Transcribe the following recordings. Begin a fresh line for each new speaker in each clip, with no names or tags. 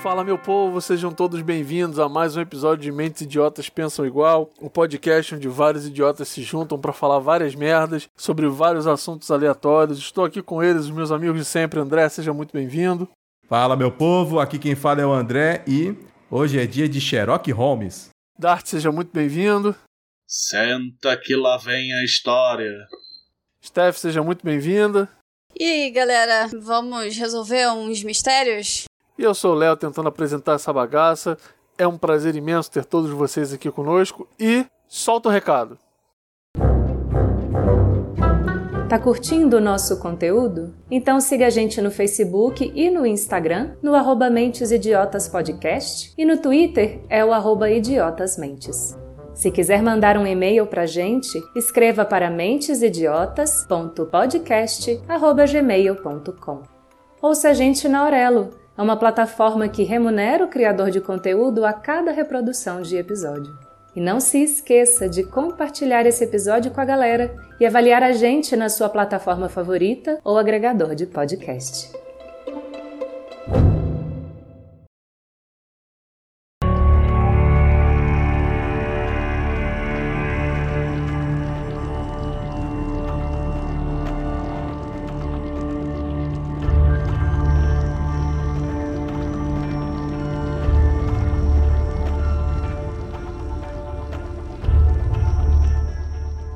Fala, meu povo, sejam todos bem-vindos a mais um episódio de Mentes Idiotas Pensam Igual, um podcast onde vários idiotas se juntam para falar várias merdas sobre vários assuntos aleatórios. Estou aqui com eles, os meus amigos de sempre. André, seja muito bem-vindo.
Fala, meu povo, aqui quem fala é o André e hoje é dia de Sherlock Holmes.
Dart, seja muito bem-vindo.
Senta que lá vem a história.
Steph, seja muito bem-vinda.
E aí, galera, vamos resolver uns mistérios?
E eu sou o Léo tentando apresentar essa bagaça. É um prazer imenso ter todos vocês aqui conosco e solta o recado.
Tá curtindo o nosso conteúdo? Então siga a gente no Facebook e no Instagram, no arroba Mentes Idiotas Podcast, e no Twitter é o arroba Idiotas Mentes. Se quiser mandar um e-mail pra gente, escreva para mentesidiotas.podcast.gmail.com Ouça a gente na Aurelo, é uma plataforma que remunera o criador de conteúdo a cada reprodução de episódio. E não se esqueça de compartilhar esse episódio com a galera e avaliar a gente na sua plataforma favorita ou agregador de podcast.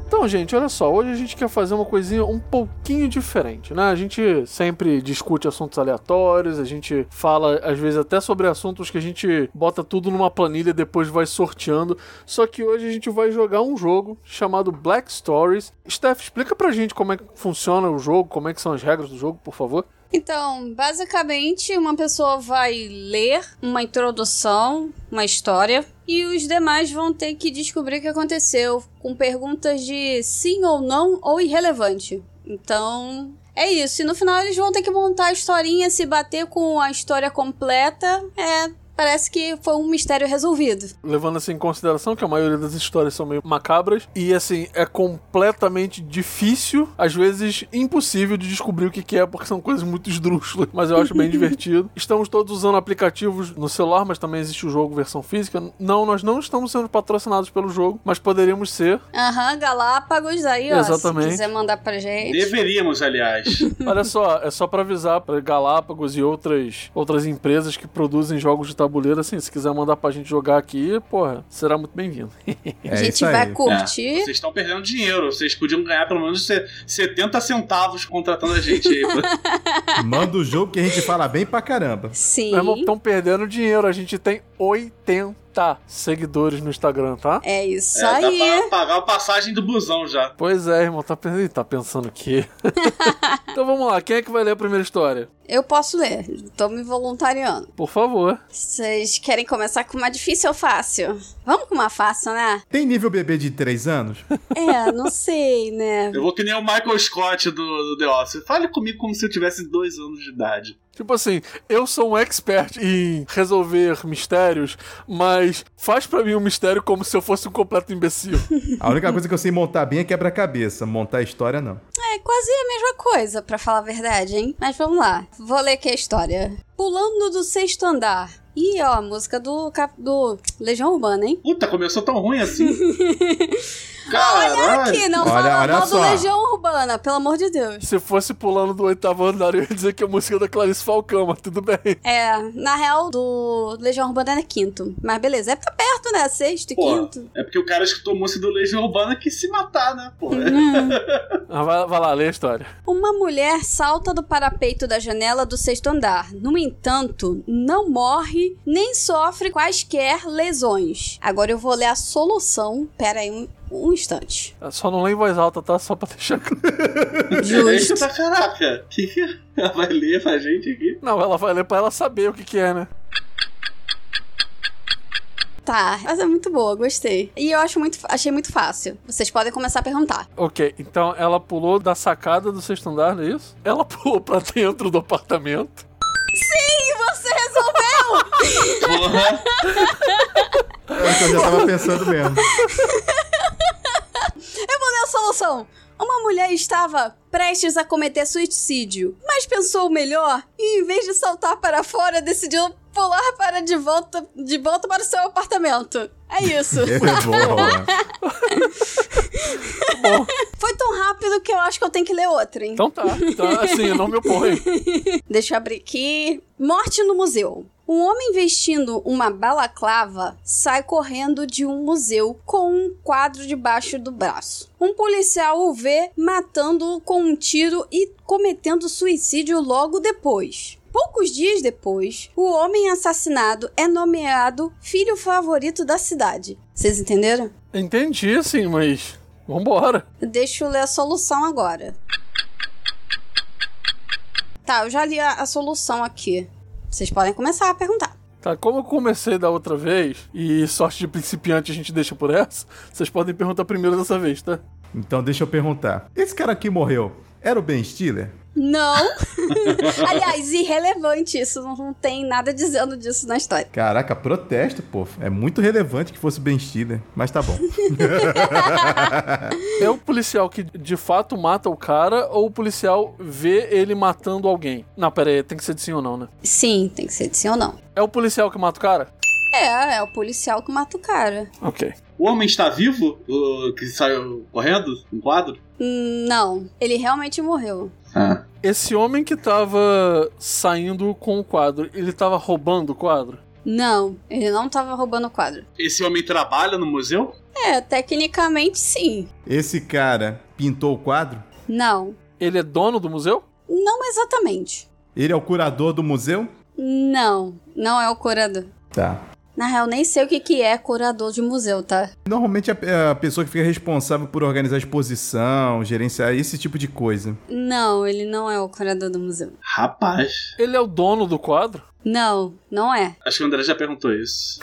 Então, gente, olha só, hoje a gente quer fazer uma coisinha um pouquinho diferente, né? A gente sempre discute assuntos aleatórios, a gente fala às vezes até sobre assuntos que a gente bota tudo numa planilha e depois vai sorteando. Só que hoje a gente vai jogar um jogo chamado Black Stories. Steph, explica pra gente como é que funciona o jogo, como é que são as regras do jogo, por favor.
Então, basicamente, uma pessoa vai ler uma introdução, uma história, e os demais vão ter que descobrir o que aconteceu com perguntas de sim ou não ou irrelevante. Então, é isso. E no final eles vão ter que montar a historinha, se bater com a história completa. É, parece que foi um mistério resolvido.
levando assim em consideração que a maioria das histórias são meio macabras e assim é completamente difícil, às vezes impossível de descobrir o que que é porque são coisas muito esdrúxulas, mas eu acho bem divertido. Estamos todos usando aplicativos no celular, mas também existe o jogo versão física. Não, nós não estamos sendo patrocinados pelo jogo, mas poderíamos ser.
Aham, Galápagos aí, ó.
Exatamente.
Se quiser mandar pra gente.
Deveríamos, aliás.
Olha só, é só pra avisar pra Galápagos e outras outras empresas que produzem jogos de tabuleiro assim, se quiser mandar pra gente jogar aqui, porra, será muito bem-vindo.
É
a gente
isso
vai
aí.
É,
curtir.
vocês estão perdendo dinheiro. Vocês podiam ganhar pelo menos se- 70 centavos contratando a gente aí. É,
Manda o jogo que a gente fala bem pra caramba.
Sim.
Meu irmão, estão perdendo dinheiro. A gente tem 80 seguidores no Instagram, tá?
É isso
É,
aí.
dá pra pagar a passagem do busão já.
Pois é, irmão. Tá pensando, Ih, tá pensando que. então vamos lá. Quem é que vai ler a primeira história?
Eu posso ler. Tô me voluntariando.
Por favor.
Vocês querem começar com uma difícil ou fácil? Vamos com uma fácil, né?
Tem nível bebê de 3 anos?
É, não sei, né?
Eu vou que nem o Michael Scott do, do The Office. Fale comigo como se eu tivesse dois anos de idade.
Tipo assim, eu sou um expert em resolver mistérios, mas faz pra mim um mistério como se eu fosse um completo imbecil.
A única coisa que eu sei montar bem é quebra-cabeça, montar história não.
É quase a mesma coisa, pra falar a verdade, hein? Mas vamos lá. Vou ler aqui a história. Pulando do sexto andar. Ih, ó, a música do, cap... do Legião Urbana, hein?
Puta, começou tão ruim assim. Caralho.
Aqui, não
Olha-
fala
olha
mal do
só.
Legião Urbana, pelo amor de Deus.
se fosse pulando do oitavo andar, eu ia dizer que a música é da Clarice Falcão, mas tudo bem.
É, na real, do Legião Urbana é quinto. Mas beleza, é tá perto, né? Sexto e
Pô,
quinto.
É porque o cara escutou música do Legião Urbana que se matar, né, pô?
Hum,
Ah, Vai, vai lá, lê a história.
Uma mulher salta do parapeito da janela do sexto andar. No entanto, não morre nem sofre quaisquer lesões. Agora eu vou ler a solução. Pera aí um, um instante.
Só não lê em voz alta, tá? Só pra deixar claro.
Justo.
Eita, É, caraca. Que que ela vai ler pra gente aqui?
Não, ela vai ler pra ela saber o que que é, né?
Tá, mas é muito boa, gostei. E eu acho muito, achei muito fácil. Vocês podem começar a perguntar.
Ok, então ela pulou da sacada do sexto andar, não é isso? Ela pulou pra dentro do apartamento.
E você resolveu!
Porra.
É o que eu já tava pensando mesmo.
eu vou ler a solução. Uma mulher estava prestes a cometer suicídio, mas pensou melhor e, em vez de saltar para fora, decidiu pular para de volta, de volta para o seu apartamento. É isso.
É boa.
Foi tão rápido que eu acho que eu tenho que ler outra, hein?
Então tá. Então, assim, eu não me oponho.
Deixa eu abrir aqui. Morte no museu. Um homem vestindo uma balaclava sai correndo de um museu com um quadro debaixo do braço. Um policial o vê matando-o com um tiro e cometendo suicídio logo depois. Poucos dias depois, o homem assassinado é nomeado filho favorito da cidade. Vocês entenderam?
Entendi, sim, mas. Vambora.
Deixa eu ler a solução agora. Tá, eu já li a, a solução aqui. Vocês podem começar a perguntar.
Tá, como eu comecei da outra vez, e sorte de principiante a gente deixa por essa, vocês podem perguntar primeiro dessa vez, tá?
Então deixa eu perguntar. Esse cara aqui morreu. Era o Ben Stiller?
Não. Aliás, irrelevante isso. Não, não tem nada dizendo disso na história.
Caraca, protesto, pô. É muito relevante que fosse o Ben Stiller, mas tá bom.
É o policial que de fato mata o cara ou o policial vê ele matando alguém? Não, pera aí, tem que ser de sim ou não, né?
Sim, tem que ser de sim ou não.
É o policial que mata o cara?
É, é o policial que mata o cara.
Ok.
O homem está vivo? O que saiu correndo? Um quadro?
Hum, Não, ele realmente morreu.
Ah.
Esse homem que tava saindo com o quadro, ele tava roubando o quadro?
Não, ele não tava roubando o quadro.
Esse homem trabalha no museu?
É, tecnicamente sim.
Esse cara pintou o quadro?
Não,
Ele é dono do museu?
não exatamente.
Ele é o curador do museu?
Não, não é o curador.
Tá.
Na real, nem sei o que, que é curador de museu, tá?
Normalmente é a pessoa que fica responsável por organizar exposição, gerenciar esse tipo de coisa.
Não, ele não é o curador do museu.
Rapaz.
Ele é o dono do quadro?
Não, não é.
Acho que o André já perguntou isso.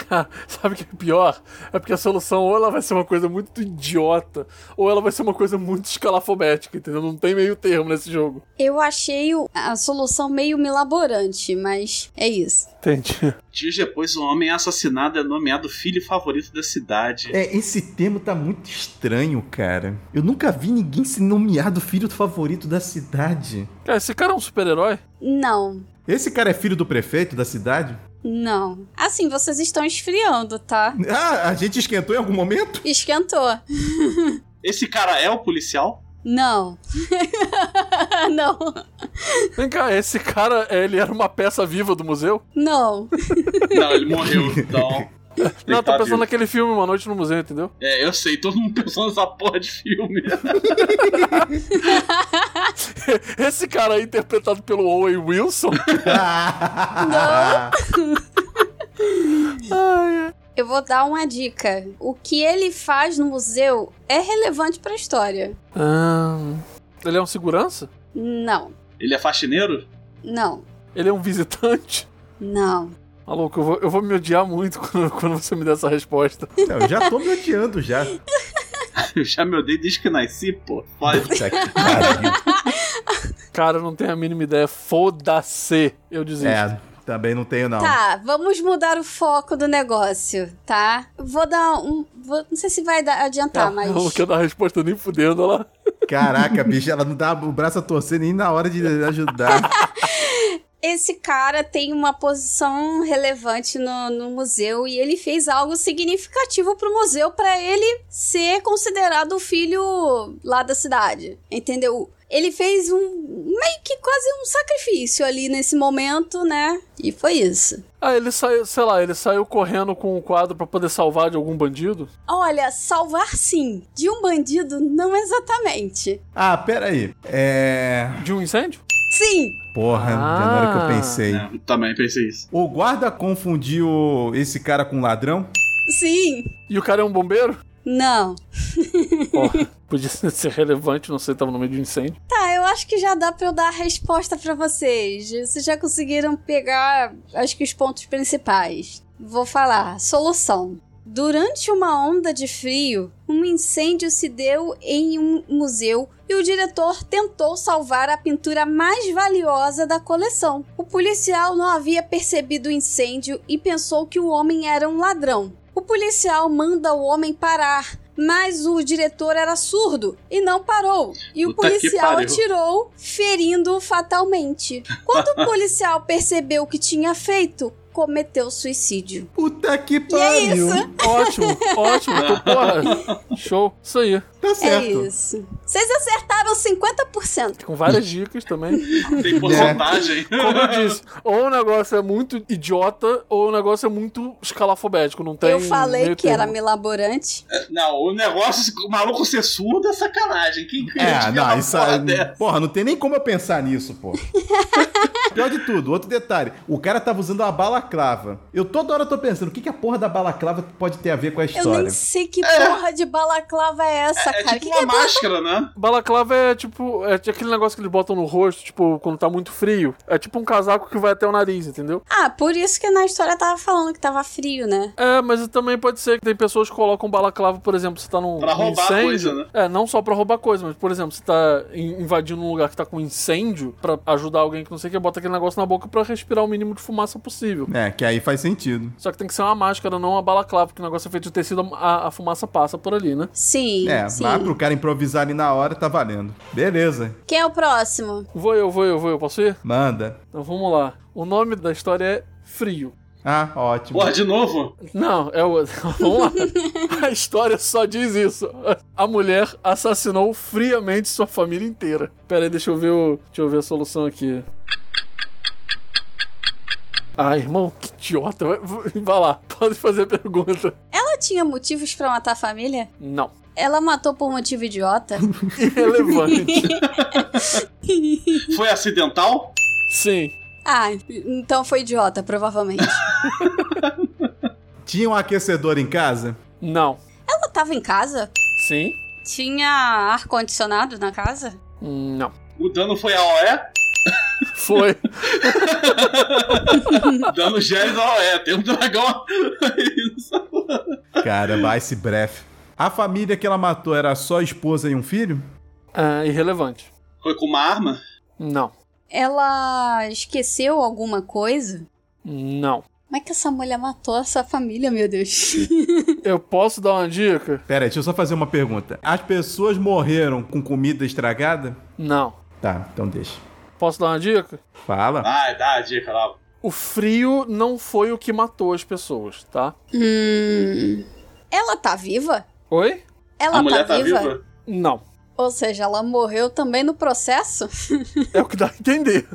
Sabe o que é pior? É porque a solução ou ela vai ser uma coisa muito idiota, ou ela vai ser uma coisa muito escalafobética, entendeu? Não tem meio termo nesse jogo.
Eu achei o- a solução meio milaborante, mas é isso.
Entendi.
Dias depois, o homem é assassinado e é nomeado filho favorito da cidade.
É, esse termo tá muito estranho, cara. Eu nunca vi ninguém se nomeado filho do favorito da cidade.
Cara, esse cara é um super-herói?
Não,
Esse cara é filho do prefeito da cidade?
não. Assim, vocês estão esfriando, tá?
Ah, a gente esquentou em algum momento?
Esquentou.
Esse cara é o policial?
Não. não.
Vem cá, esse cara, ele era uma peça viva do museu?
Não.
Não, ele morreu, então.
Não, eu
tá
tô pensando
vivo.
naquele filme, Uma Noite no Museu, entendeu?
É, eu sei, todo mundo pensou nessa porra de filme.
Esse cara aí, interpretado pelo Owen Wilson.
Ah, Não.
Eu vou dar uma dica. O que ele faz no museu é relevante pra história.
Ah, ele é um segurança?
Não.
Ele é faxineiro?
Não.
Ele é um visitante?
Não.
Maluco, eu vou, eu vou me odiar muito quando, quando você me der essa resposta.
Não, eu já tô me odiando já.
Eu já me odeio desde que nasci, pô. Pode.
Puta que pariu.
Cara, eu não tenho a mínima ideia. Foda-se. Eu desisto.
É, também não tenho não.
Tá, vamos mudar o foco do negócio, tá? Vou dar um. vou- não sei se vai dar- adiantar, Tá, mas.
Não quero dar a resposta nem fudendo, olha lá.
Caraca, bicho, ela não dá o braço a torcer nem na hora de ajudar.
Esse cara tem uma posição relevante no, no museu e ele fez algo significativo pro museu pra ele ser considerado o filho lá da cidade, entendeu? Ele fez um meio que quase um sacrifício ali nesse momento, né? E foi isso.
Ah, ele saiu, sei lá, ele saiu correndo com o quadro pra poder salvar de algum bandido?
Olha, salvar sim, de um bandido não exatamente.
Ah, pera aí. É...
De um incêndio?
Sim,
Porra, já na hora que eu
Ah.
pensei.
É, eu também pensei isso.
O guarda confundiu esse cara com um ladrão?
sim,
E o cara é um bombeiro?
não.
Porra, podia ser relevante, não sei, tava no meio de um incêndio.
Tá, eu acho que já dá pra eu dar a resposta pra vocês. Vocês já conseguiram pegar, acho que os pontos principais. Vou falar. Solução. Durante uma onda de frio, um incêndio se deu em um museu e o diretor tentou salvar a pintura mais valiosa da coleção. O policial não havia percebido o incêndio e pensou que o homem era um ladrão. O policial manda o homem parar, mas o diretor era surdo e não parou. E o
Puta que
policial
pariu.
atirou, ferindo-o fatalmente. Quando o policial percebeu o que tinha feito, cometeu suicídio.
Puta que
E é
pariu.
isso.
Ótimo, ótimo. Então, porra, show. Isso aí.
Tá certo.
É isso. Vocês acertaram 50%.
Com várias dicas também.
Tem porcentagem.
Como eu disse, ou o negócio é muito idiota, ou o negócio é muito escalafobético. Não tem.
Eu falei
meio
que era
termo.
milaborante.
Não, o negócio, o maluco ser surdo é sacanagem. Quem que
É, não, isso aí.
é.
Porra, não tem nem como eu pensar nisso, pô. Pior de tudo, outro detalhe. O cara tava usando uma balaclava. Eu toda hora tô pensando, o que, que a porra da balaclava pode ter a ver com a
Eu
história?
nem sei que porra de balaclava é essa,
É
cara.
tipo
Que
uma máscara, né?
Balaclava é tipo. É aquele negócio que eles botam no rosto, tipo, quando tá muito frio. É tipo um casaco que vai até o nariz, entendeu?
Ah, por isso que na história tava falando que tava frio, né?
É, mas também pode ser que tem pessoas que colocam balaclava, por exemplo, você tá num
Pra roubar
incêndio.
coisa, né?
É, não só pra roubar coisa, mas, por exemplo, você tá in- invadindo um lugar que tá com incêndio pra ajudar alguém que não sei o que, bota aquele negócio na boca pra respirar o mínimo de fumaça possível.
É, que aí faz sentido.
Só que tem que ser uma máscara, não uma balaclava, porque o negócio é feito de tecido, a, a fumaça passa por ali, né?
Sim,
É,
sim.
lá pro cara improvisar ali na hora, tá valendo. Beleza,
Quem é o próximo?
Vou eu, vou eu, vou eu, posso ir?
manda.
Então vamos lá. O nome da história é Frio.
Ah, ótimo.
Porra, de novo?
Não, é o. Vamos lá. A história só diz isso. A mulher assassinou friamente sua família inteira. Pera aí, deixa eu ver o. Deixa eu ver a solução aqui. Ah, irmão, que idiota. Vai, vai lá, pode fazer a pergunta.
Ela tinha motivos pra matar a família?
Não.
Ela matou por motivo idiota?
Irrelevante.
Foi acidental?
Sim.
ah, então foi idiota, provavelmente.
Tinha um aquecedor em casa?
Não.
Ela tava em casa?
Sim.
Tinha ar-condicionado na casa?
Não.
O dano foi AOE?
Foi.
Dano gênero da AOE. Tem um dragão.
Caramba, ah, esse breath. A família que ela matou era só esposa e um filho?
Ah, irrelevante.
Foi com uma arma?
Não.
Ela esqueceu alguma coisa?
Não.
Como é que essa mulher matou essa família, meu Deus?
Eu posso dar uma dica?
Pera aí, deixa eu só fazer uma pergunta. As pessoas morreram com comida estragada?
Não.
Tá, então deixa.
Posso dar uma dica?
Fala.
Ah, dá a dica lá.
O frio não foi o que matou as pessoas, tá?
hum. Ela tá viva?
Oi?
Ela
a mulher
tá, viva?
Não.
Ou seja, ela morreu também no processo?
É o que dá a entender.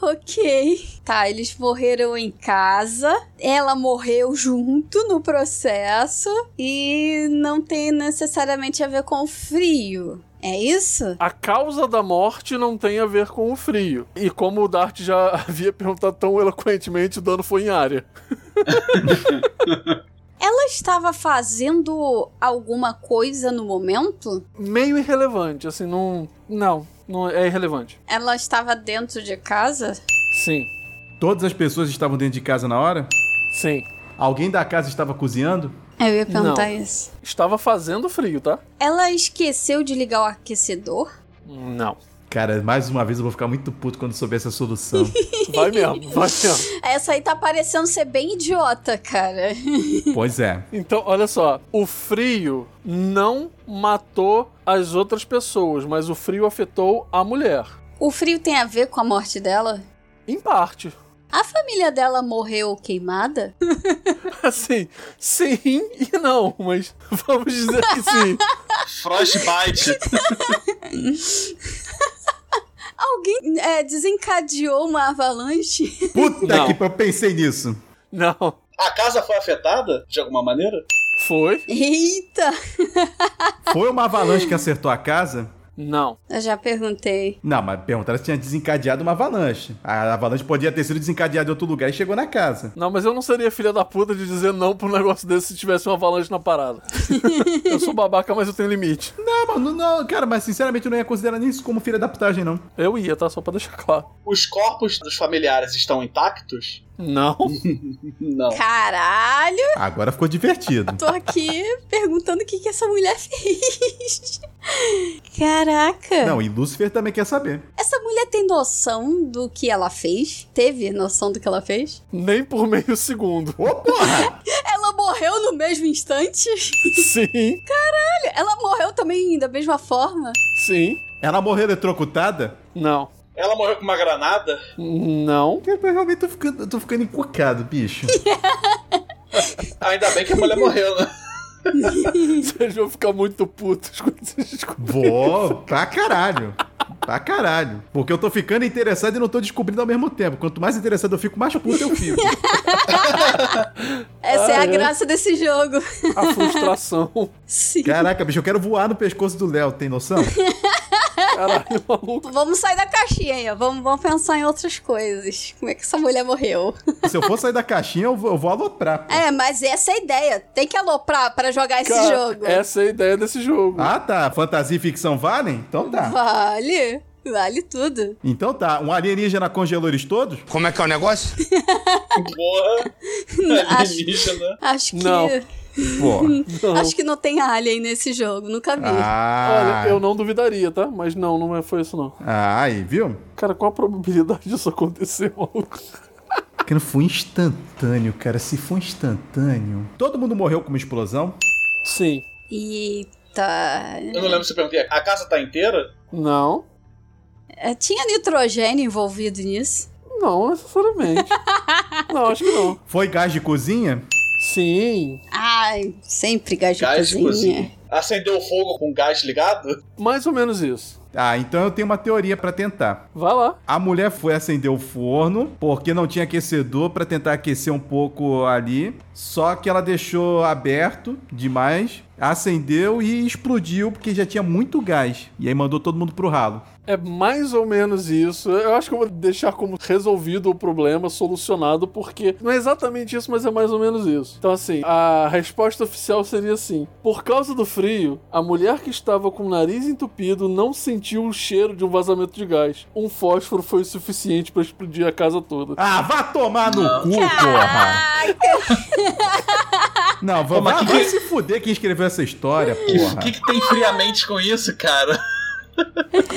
Ok. Tá, eles morreram em casa. Ela morreu junto no processo. E não tem necessariamente a ver com frio. É isso?
A causa da morte não tem a ver com o frio. E como o Dart já havia perguntado tão eloquentemente, o dano foi em área.
Ela estava fazendo alguma coisa no momento?
Meio irrelevante, assim, não. Não, não é irrelevante.
Ela estava dentro de casa?
Sim,
Todas as pessoas estavam dentro de casa na hora?
sim.
Alguém da casa estava cozinhando?
Eu ia perguntar
Não.
isso.
Estava fazendo frio, tá?
Ela esqueceu de ligar o aquecedor?
Não.
Cara, mais uma vez eu vou ficar muito puto quando souber essa solução.
Vai mesmo, vai mesmo.
Essa aí tá parecendo ser bem idiota, cara.
pois é.
Então, olha só. O frio não matou as outras pessoas, mas o frio afetou a mulher.
O frio tem a ver com a morte dela?
Em parte.
A família dela morreu queimada?
Assim, sim e não, mas vamos dizer que sim.
Frostbite.
Alguém é, desencadeou uma avalanche?
Puta
Não.
que eu pensei nisso.
Não.
A casa foi afetada? De alguma maneira?
Foi?
Eita!
Foi uma avalanche que acertou a casa?
Não.
Eu já perguntei.
Não, mas perguntaram se tinha desencadeado uma avalanche. A avalanche podia ter sido desencadeada em outro lugar e chegou na casa.
Não, mas eu não seria filha da puta de dizer não pra um negócio desse se tivesse uma avalanche na parada. eu sou babaca, mas eu tenho limite.
Tá Não, mano, não, cara, mas sinceramente eu não ia considerar nem isso como filha da putagem, não.
Eu ia, tá? Só pra deixar claro.
Os corpos dos familiares estão intactos?
Não.
Não.
Caralho,
Agora ficou divertido.
tô aqui perguntando o que, que essa mulher fez. Caraca!
Não, e Lúcifer também quer saber.
Essa mulher tem noção do que ela fez? Teve noção do que ela fez?
Nem por meio segundo.
Ô, porra!
Ela morreu no mesmo instante?
Sim,
Ela morreu também da mesma forma?
sim.
Ela morreu eletrocutada?
Não.
Ela morreu com uma granada?
Não.
Eu realmente tô ficando, eu tô ficando encucado, bicho.
Ainda bem que a mulher morreu, né?
Vocês vão ficar muito putos quando vocês descobrirem.
Vou pra caralho. Pra caralho. Porque eu tô ficando interessado e não tô descobrindo ao mesmo tempo. Quanto mais interessado eu fico, mais puto eu fico.
Essa é
Ah,
a
é?
graça desse jogo.
A frustração.
Sim.
Caraca, bicho, eu quero voar no pescoço do Léo, tem noção?
Caralho, maluco.
Vamos sair da caixinha aí, ó. Vamos, vamos pensar em outras coisas. Como é que essa mulher morreu?
Se eu for sair da caixinha, eu vou, eu vou aloprar. pô.
É, mas essa é a ideia. Tem que aloprar pra jogar esse
Cara,
jogo.
Essa é a ideia desse jogo.
Ah, tá. Fantasia e ficção valem? Então tá.
Vale. Vale tudo.
Então tá. Um alienígena congelou eles todos?
Como é que é o negócio?
Porra. Alienígena.
Acho que.
É Não.
Pô.
Não.
Acho que não tem alien nesse jogo, nunca vi.
Ah,
Olha, eu não duvidaria, tá? Mas não, não é- foi isso não.
ah, aí, viu?
Cara, qual a probabilidade disso acontecer, maluco?
Que não foi instantâneo, cara. Se for instantâneo. Todo mundo morreu com uma explosão?
Sim.
Eita.
Eu não lembro se eu perguntei. A casa tá inteira?
Não.
É, Tinha nitrogênio envolvido nisso?
Não necessariamente. não, acho que não.
Foi gás de cozinha?
Sim.
Ai, sempre gás de
Gás de
cozinha.
cozinha. Acendeu o fogo com gás ligado?
Mais ou menos isso.
Ah, então eu tenho uma teoria pra tentar.
Vai lá.
A mulher foi acender o forno porque não tinha aquecedor pra tentar aquecer um pouco ali. Só que ela deixou aberto demais, acendeu e explodiu porque já tinha muito gás. E aí mandou todo mundo pro ralo.
É mais ou menos isso. Eu acho que eu vou deixar como resolvido o problema, solucionado, porque não é exatamente isso, mas é mais ou menos isso. Então, assim, a resposta oficial seria assim: por causa do frio, a mulher que estava com o nariz entupido não sentiu o cheiro de um vazamento de gás. Um fósforo foi o suficiente para explodir a casa toda.
Ah, vá tomar no cu, porra! Não,
Pô,
vamos
mas que
vai
que-
se fuder quem escreveu essa história,
O
porra.
que, que tem friamente com isso, cara?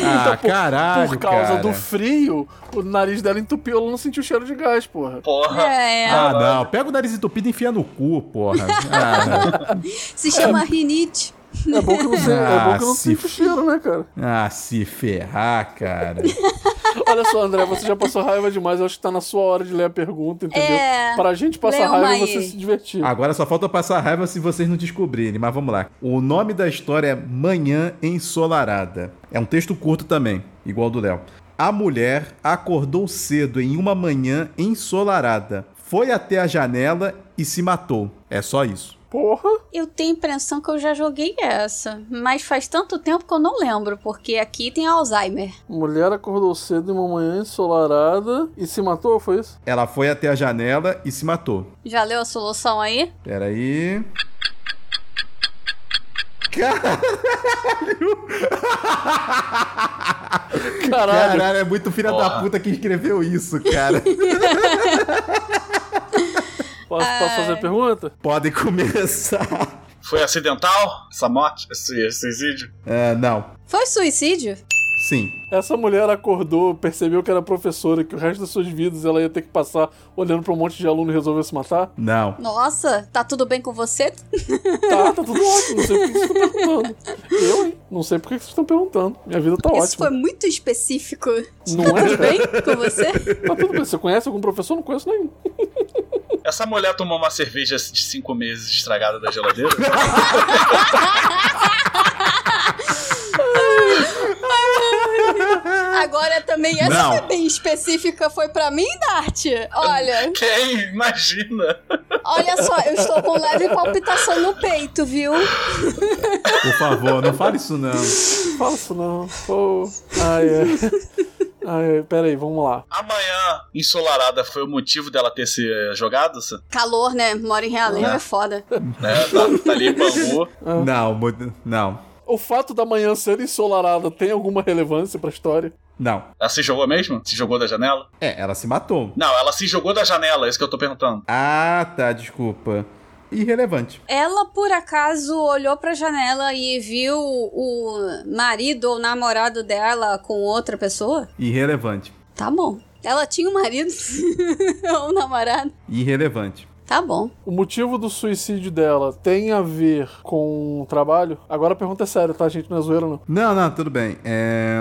Ah,
por-
caralho,
por causa
cara.
do frio, o nariz dela entupiu, ela não sentiu o cheiro de gás, porra.
Porra.
É,
Ah, não. Pega o nariz entupido e enfia no cu, porra. Ah,
se chama rinite.
É bom que não, se- é bom que não
Ah, se
sente o cheiro, né, cara?
ah, se ferrar, cara.
Olha só, André, você já passou raiva demais. Eu acho que tá na sua hora de ler a pergunta, entendeu?
É.
Pra gente passar
Lê uma
raiva
aí.
e você se divertir.
Agora só falta passar raiva se vocês não descobrirem, mas vamos lá. O nome da história é Manhã Ensolarada. É um texto curto também, igual ao do Léo. A mulher acordou cedo em uma manhã ensolarada, foi até a janela e se matou. É só isso.
Porra!
Eu tenho a impressão que eu já joguei essa, mas faz tanto tempo que eu não lembro, porque aqui tem Alzheimer.
Mulher acordou cedo em uma manhã ensolarada e se matou, foi isso?
Ela foi até a janela e se matou.
Já leu a solução aí?
Pera aí. Caralho!
Caralho!
Caralho, é muito filha da
Porra.
puta que escreveu isso, cara.
Posso, posso fazer a pergunta?
Podem começar.
Foi acidental? Essa morte? Esse, esse suicídio?
Ah, não.
Foi suicídio?
Sim.
Essa mulher acordou, percebeu que era professora e que o resto das suas vidas ela ia ter que passar olhando pra um monte de aluno e resolveu se matar?
Não.
Nossa, tá tudo bem com você?
Tá, tá tudo ótimo, não sei por que vocês estão perguntando. Eu, hein? Não sei por que vocês estão perguntando. Minha vida tá
Isso
ótima.
foi muito específico.
Não é?
Tudo bem com você?
Tá tudo bem. Você conhece algum professor? Não conheço nenhum.
Essa mulher tomou uma cerveja de cinco meses estragada da geladeira?
Agora também essa
Não.
foi bem específica foi pra mim, Dart. Olha,
Quem? Imagina!
olha só, eu estou com leve palpitação no peito, viu?
Por favor, não fale isso não.
Fala isso não. Pô. Ai, é. Ai, é. peraí, vamos lá.
Amanhã ensolarada foi o motivo dela ter se eh, jogado? Sam?
Calor, né? Mora em Realengo é,
É.
foda.
É, tá, tá ali em Bangu.
Não, mu- não.
O fato da manhã ser ensolarada tem alguma relevância pra história?
Não.
Ela se jogou mesmo? Se jogou da janela?
É, ela se matou.
Não, ela se jogou da janela, é isso que eu tô perguntando.
Ah, tá, desculpa. Irrelevante.
Ela por acaso olhou pra janela e viu o marido ou namorado dela com outra pessoa?
Irrelevante.
Tá bom. Ela tinha um marido ou um namorado?
Irrelevante.
Tá bom.
O motivo do suicídio dela tem a ver com o trabalho? Agora a pergunta é séria, tá, gente? Não é zoeira, não.
Não, não, tudo bem. É.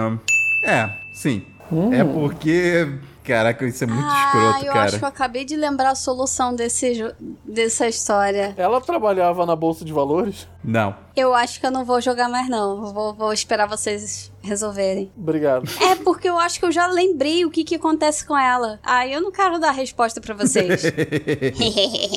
É, sim.
Hum.
É porque. Caraca, isso é muito
ah,
escroto,
eu
cara.
acho que eu acabei de lembrar a solução desse, jo- dessa história.
Ela trabalhava na Bolsa de Valores?
Não.
Eu acho que eu não vou jogar mais, não. Vou, vou esperar vocês resolverem.
Obrigado.
É porque eu acho que eu já lembrei o que, que acontece com ela. Ah, eu não quero dar a resposta pra vocês.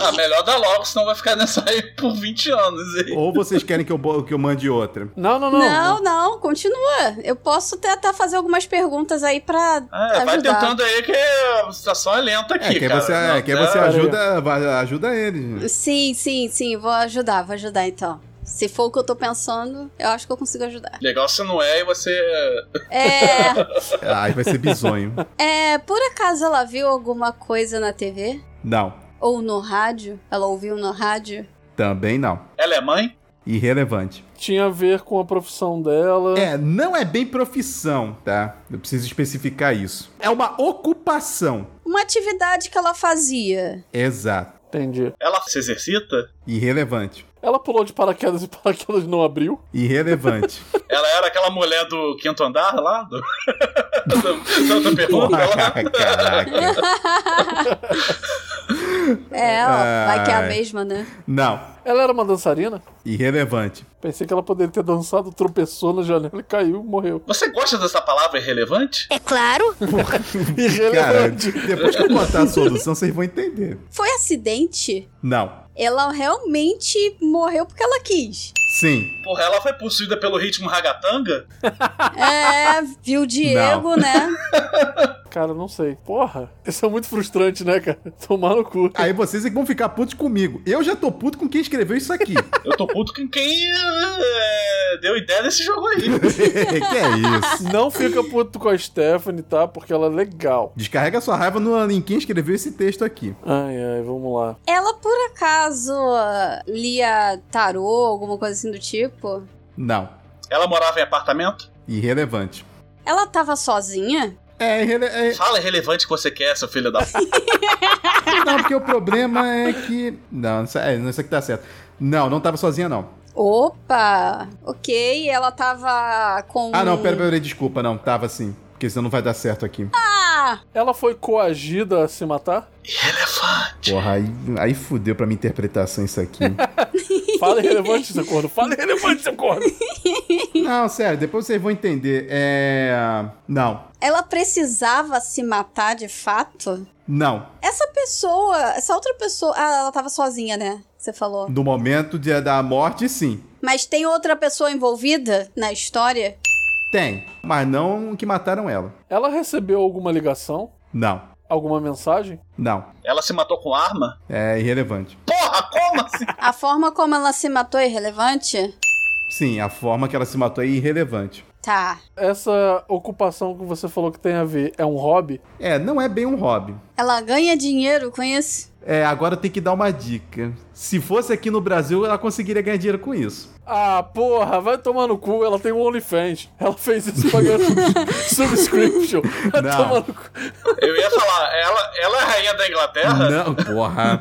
Ah, melhor dar logo, senão vai ficar nessa aí por 20 anos. hein?
Ou vocês querem que eu, bo- que eu mande outra?
Não, não, não.
não, não, continua. Eu posso tentar fazer algumas perguntas aí pra
É, vai
ajudar.
tentando aí que a situação é lenta
É,
aqui,
que aí
cara.
você, é,
Não,
que aí
tá-
você
peraí.
ajuda, vai- ajuda eles.
Sim, sim, sim, vou ajudar, vou ajudar então. Se for o que eu tô pensando, eu acho que eu consigo ajudar.
Legal se não é e você...
É,
Aí vai ser bizonho.
é, por acaso ela viu alguma coisa na TV?
Não.
Ou no rádio? Ela ouviu no rádio?
Também não.
Ela é mãe?
Irrelevante.
Tinha a ver com a profissão dela.
É, não é bem profissão, tá? Eu preciso especificar isso. É uma ocupação.
Uma atividade que ela fazia.
Exato.
Entendi.
Ela se exercita?
Irrelevante.
Ela pulou de paraquedas e paraquedas não abriu.
Irrelevante.
Ela era aquela mulher do quinto andar lá? Do... da, da pergunta lá?
Caraca.
É, ó, vai que é a
Ai.
mesma, né?
Não.
Ela era uma dançarina?
Irrelevante.
Pensei que ela poderia ter dançado, tropeçou na janela e caiu, morreu.
Você gosta dessa palavra irrelevante?
É claro.
Cara,
Irrelevante.
depois que eu botar a solução, vocês vão entender.
Foi acidente?
Não.
Ela realmente morreu porque ela quis.
Sim.
Porra, ela foi possuída pelo ritmo ragatanga?
É, viu o Diego, né?
Cara, não sei. Porra, isso é muito frustrante, né, cara? Tomar no cu.
Aí vocês é que vão ficar putos comigo. Eu já tô puto com quem escreveu isso aqui.
Eu tô puto com quem eh, deu ideia desse jogo aí.
que é isso?
Não fica puto com a Stephanie, tá? Porque ela é legal.
Descarrega sua raiva no em quem escreveu esse texto aqui.
Ai, ai, vamos lá.
Ela por acaso ah, lia tarô, alguma coisa assim do tipo?
Não.
Ela morava em apartamento?
Irrelevante.
Ela tava sozinha?
É, irrele é-
Fala irrelevante que você quer, seu filho da puta.
não, porque o problema é que. Não, isso, é, isso aqui tá certo. Não, não tava sozinha, não.
Opa! Ok, ela tava com.
Ah, não, pera, pera, pera, desculpa, não. Tava sim. Porque senão não vai dar certo aqui.
Ah!
Ela foi coagida a se matar?
Irrelevante.
Porra, aí, aí fudeu pra minha interpretação isso aqui.
Fala irrelevante, seu corno. Fala irrelevante, seu corno.
não, sério, depois vocês vão entender. É. Não.
Ela precisava se matar de fato?
Não.
Essa pessoa, essa outra pessoa. Ah, ela tava sozinha, né? Você falou.
No momento de, da morte, sim.
Mas tem outra pessoa envolvida na história?
Tem. Mas não que mataram ela.
Ela recebeu alguma ligação?
Não.
Alguma mensagem?
Não.
Ela se matou com arma?
É irrelevante.
Porra, como assim?
A forma como ela se matou é irrelevante?
Sim, a forma que ela se matou é irrelevante.
Tá.
Essa ocupação que você falou que tem a ver é um hobby?
É, não é bem um hobby.
Ela ganha dinheiro com isso?
É, agora tem que dar uma dica. Se fosse aqui no Brasil, ela conseguiria ganhar dinheiro com isso.
Ah, porra, vai tomar no cu, ela tem um OnlyFans. Ela fez isso pra ganhar subs- subscription. Vai
Não.
tomar no cu.
Eu ia falar, ela, ela é a rainha da Inglaterra?
Não, porra.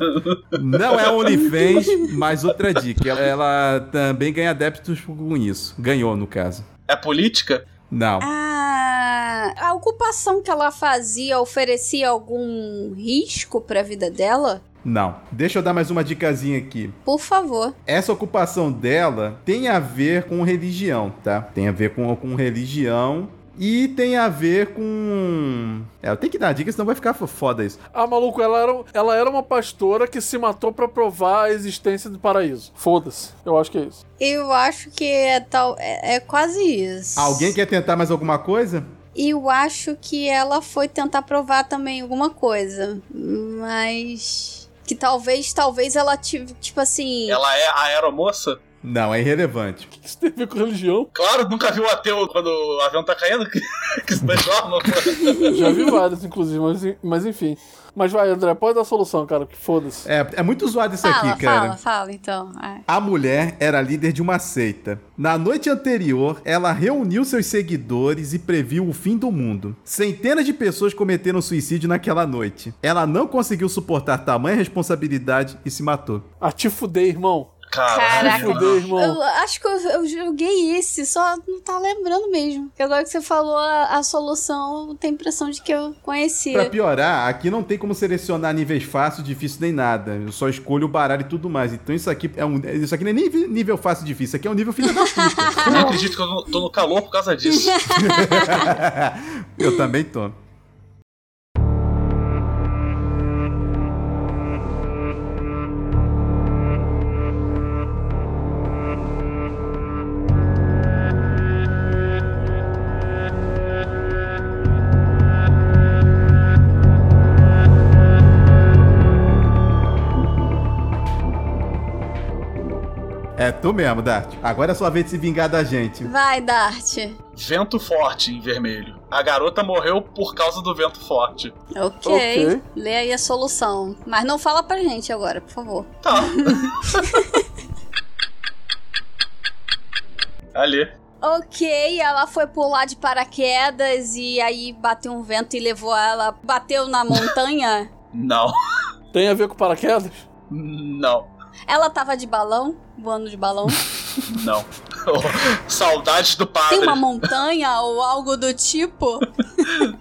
Não é OnlyFans, mas outra dica. Ela, ela também ganha adeptos com isso. Ganhou, no caso.
É política?
Não.
Ah, a ocupação que ela fazia oferecia algum risco pra vida dela?
Não. Deixa eu dar mais uma dicasinha aqui.
Por favor.
Essa ocupação dela tem a ver com religião, tá? Tem a ver com, com religião. E tem a ver com. É, eu tenho que dar dica, senão vai ficar fo- foda isso.
Ah, maluco, ela era, ela era uma pastora que se matou pra provar a existência do paraíso. Foda-se. Eu acho que é isso.
Eu acho que é tal. É, é quase isso.
Alguém quer tentar mais alguma coisa?
E eu acho que ela foi tentar provar também alguma coisa. Mas. Que talvez, talvez ela tive, tipo assim.
Ela é a aeromoça?
Não, é irrelevante.
O que isso tem a ver com religião?
Claro, nunca viu o ateu quando o avião tá caindo que, que tá se transforma.
Já vi vários, inclusive, mas, en- mas enfim. Mas vai, André, pode dar a solução, cara, que foda-se.
É, é muito zoado isso
fala,
aqui, cara.
fala, fala, então. Ai.
A mulher era líder de uma seita. Na noite anterior, ela reuniu seus seguidores e previu o fim do mundo. Centenas de pessoas cometeram suicídio naquela noite. Ela não conseguiu suportar tamanha responsabilidade e se matou.
Ah, te fuder, irmão. Se fuder, irmão.
Eu acho que eu, eu joguei esse, só não tá lembrando mesmo. Porque agora que você falou a, a solução, tem a impressão de que eu
Pra
conhecia.
piorar, aqui não tem como selecionar níveis fáceis, difíceis nem nada. Eu só escolho o baralho e tudo mais. Então isso aqui é um. Isso aqui não é nem nível- nível fácil e difícil, isso aqui é um nível filho da puta.
Eu não acredito que eu tô no calor por causa disso.
Eu também tô. É tu mesmo, Dart. Agora é sua vez de se vingar da gente.
Vai, Dart.
Vento forte em vermelho. A garota morreu por causa do vento forte.
ok.
Ok.
Lê aí a solução. Mas não fala pra gente agora, por favor.
Tá. Ali.
Ok, ela foi pular de paraquedas e aí bateu um vento e levou ela. Bateu na montanha.
Não.
Tem a ver com paraquedas?
Não.
ela tava de balão, voando de balão.
Não. Saudades do padre.
Tem uma montanha ou algo do tipo?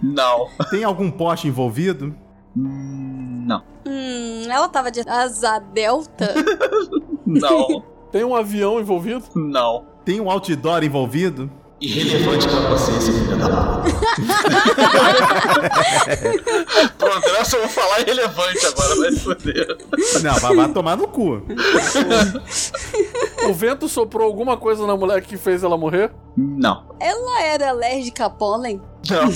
Não.
Tem algum poste envolvido?
Não.
Hum, ela tava de asa delta?
Não.
Tem um avião envolvido?
Não.
Tem um outdoor envolvido?
Irrelevante pra vocês, filha da puta. Pro André eu só vou falar irrelevante agora, vai se fuder.
Não, vai, vai tomar no cu.
O vento soprou alguma coisa na mulher que fez ela morrer?
Não.
Ela era alérgica a pólen?
Não.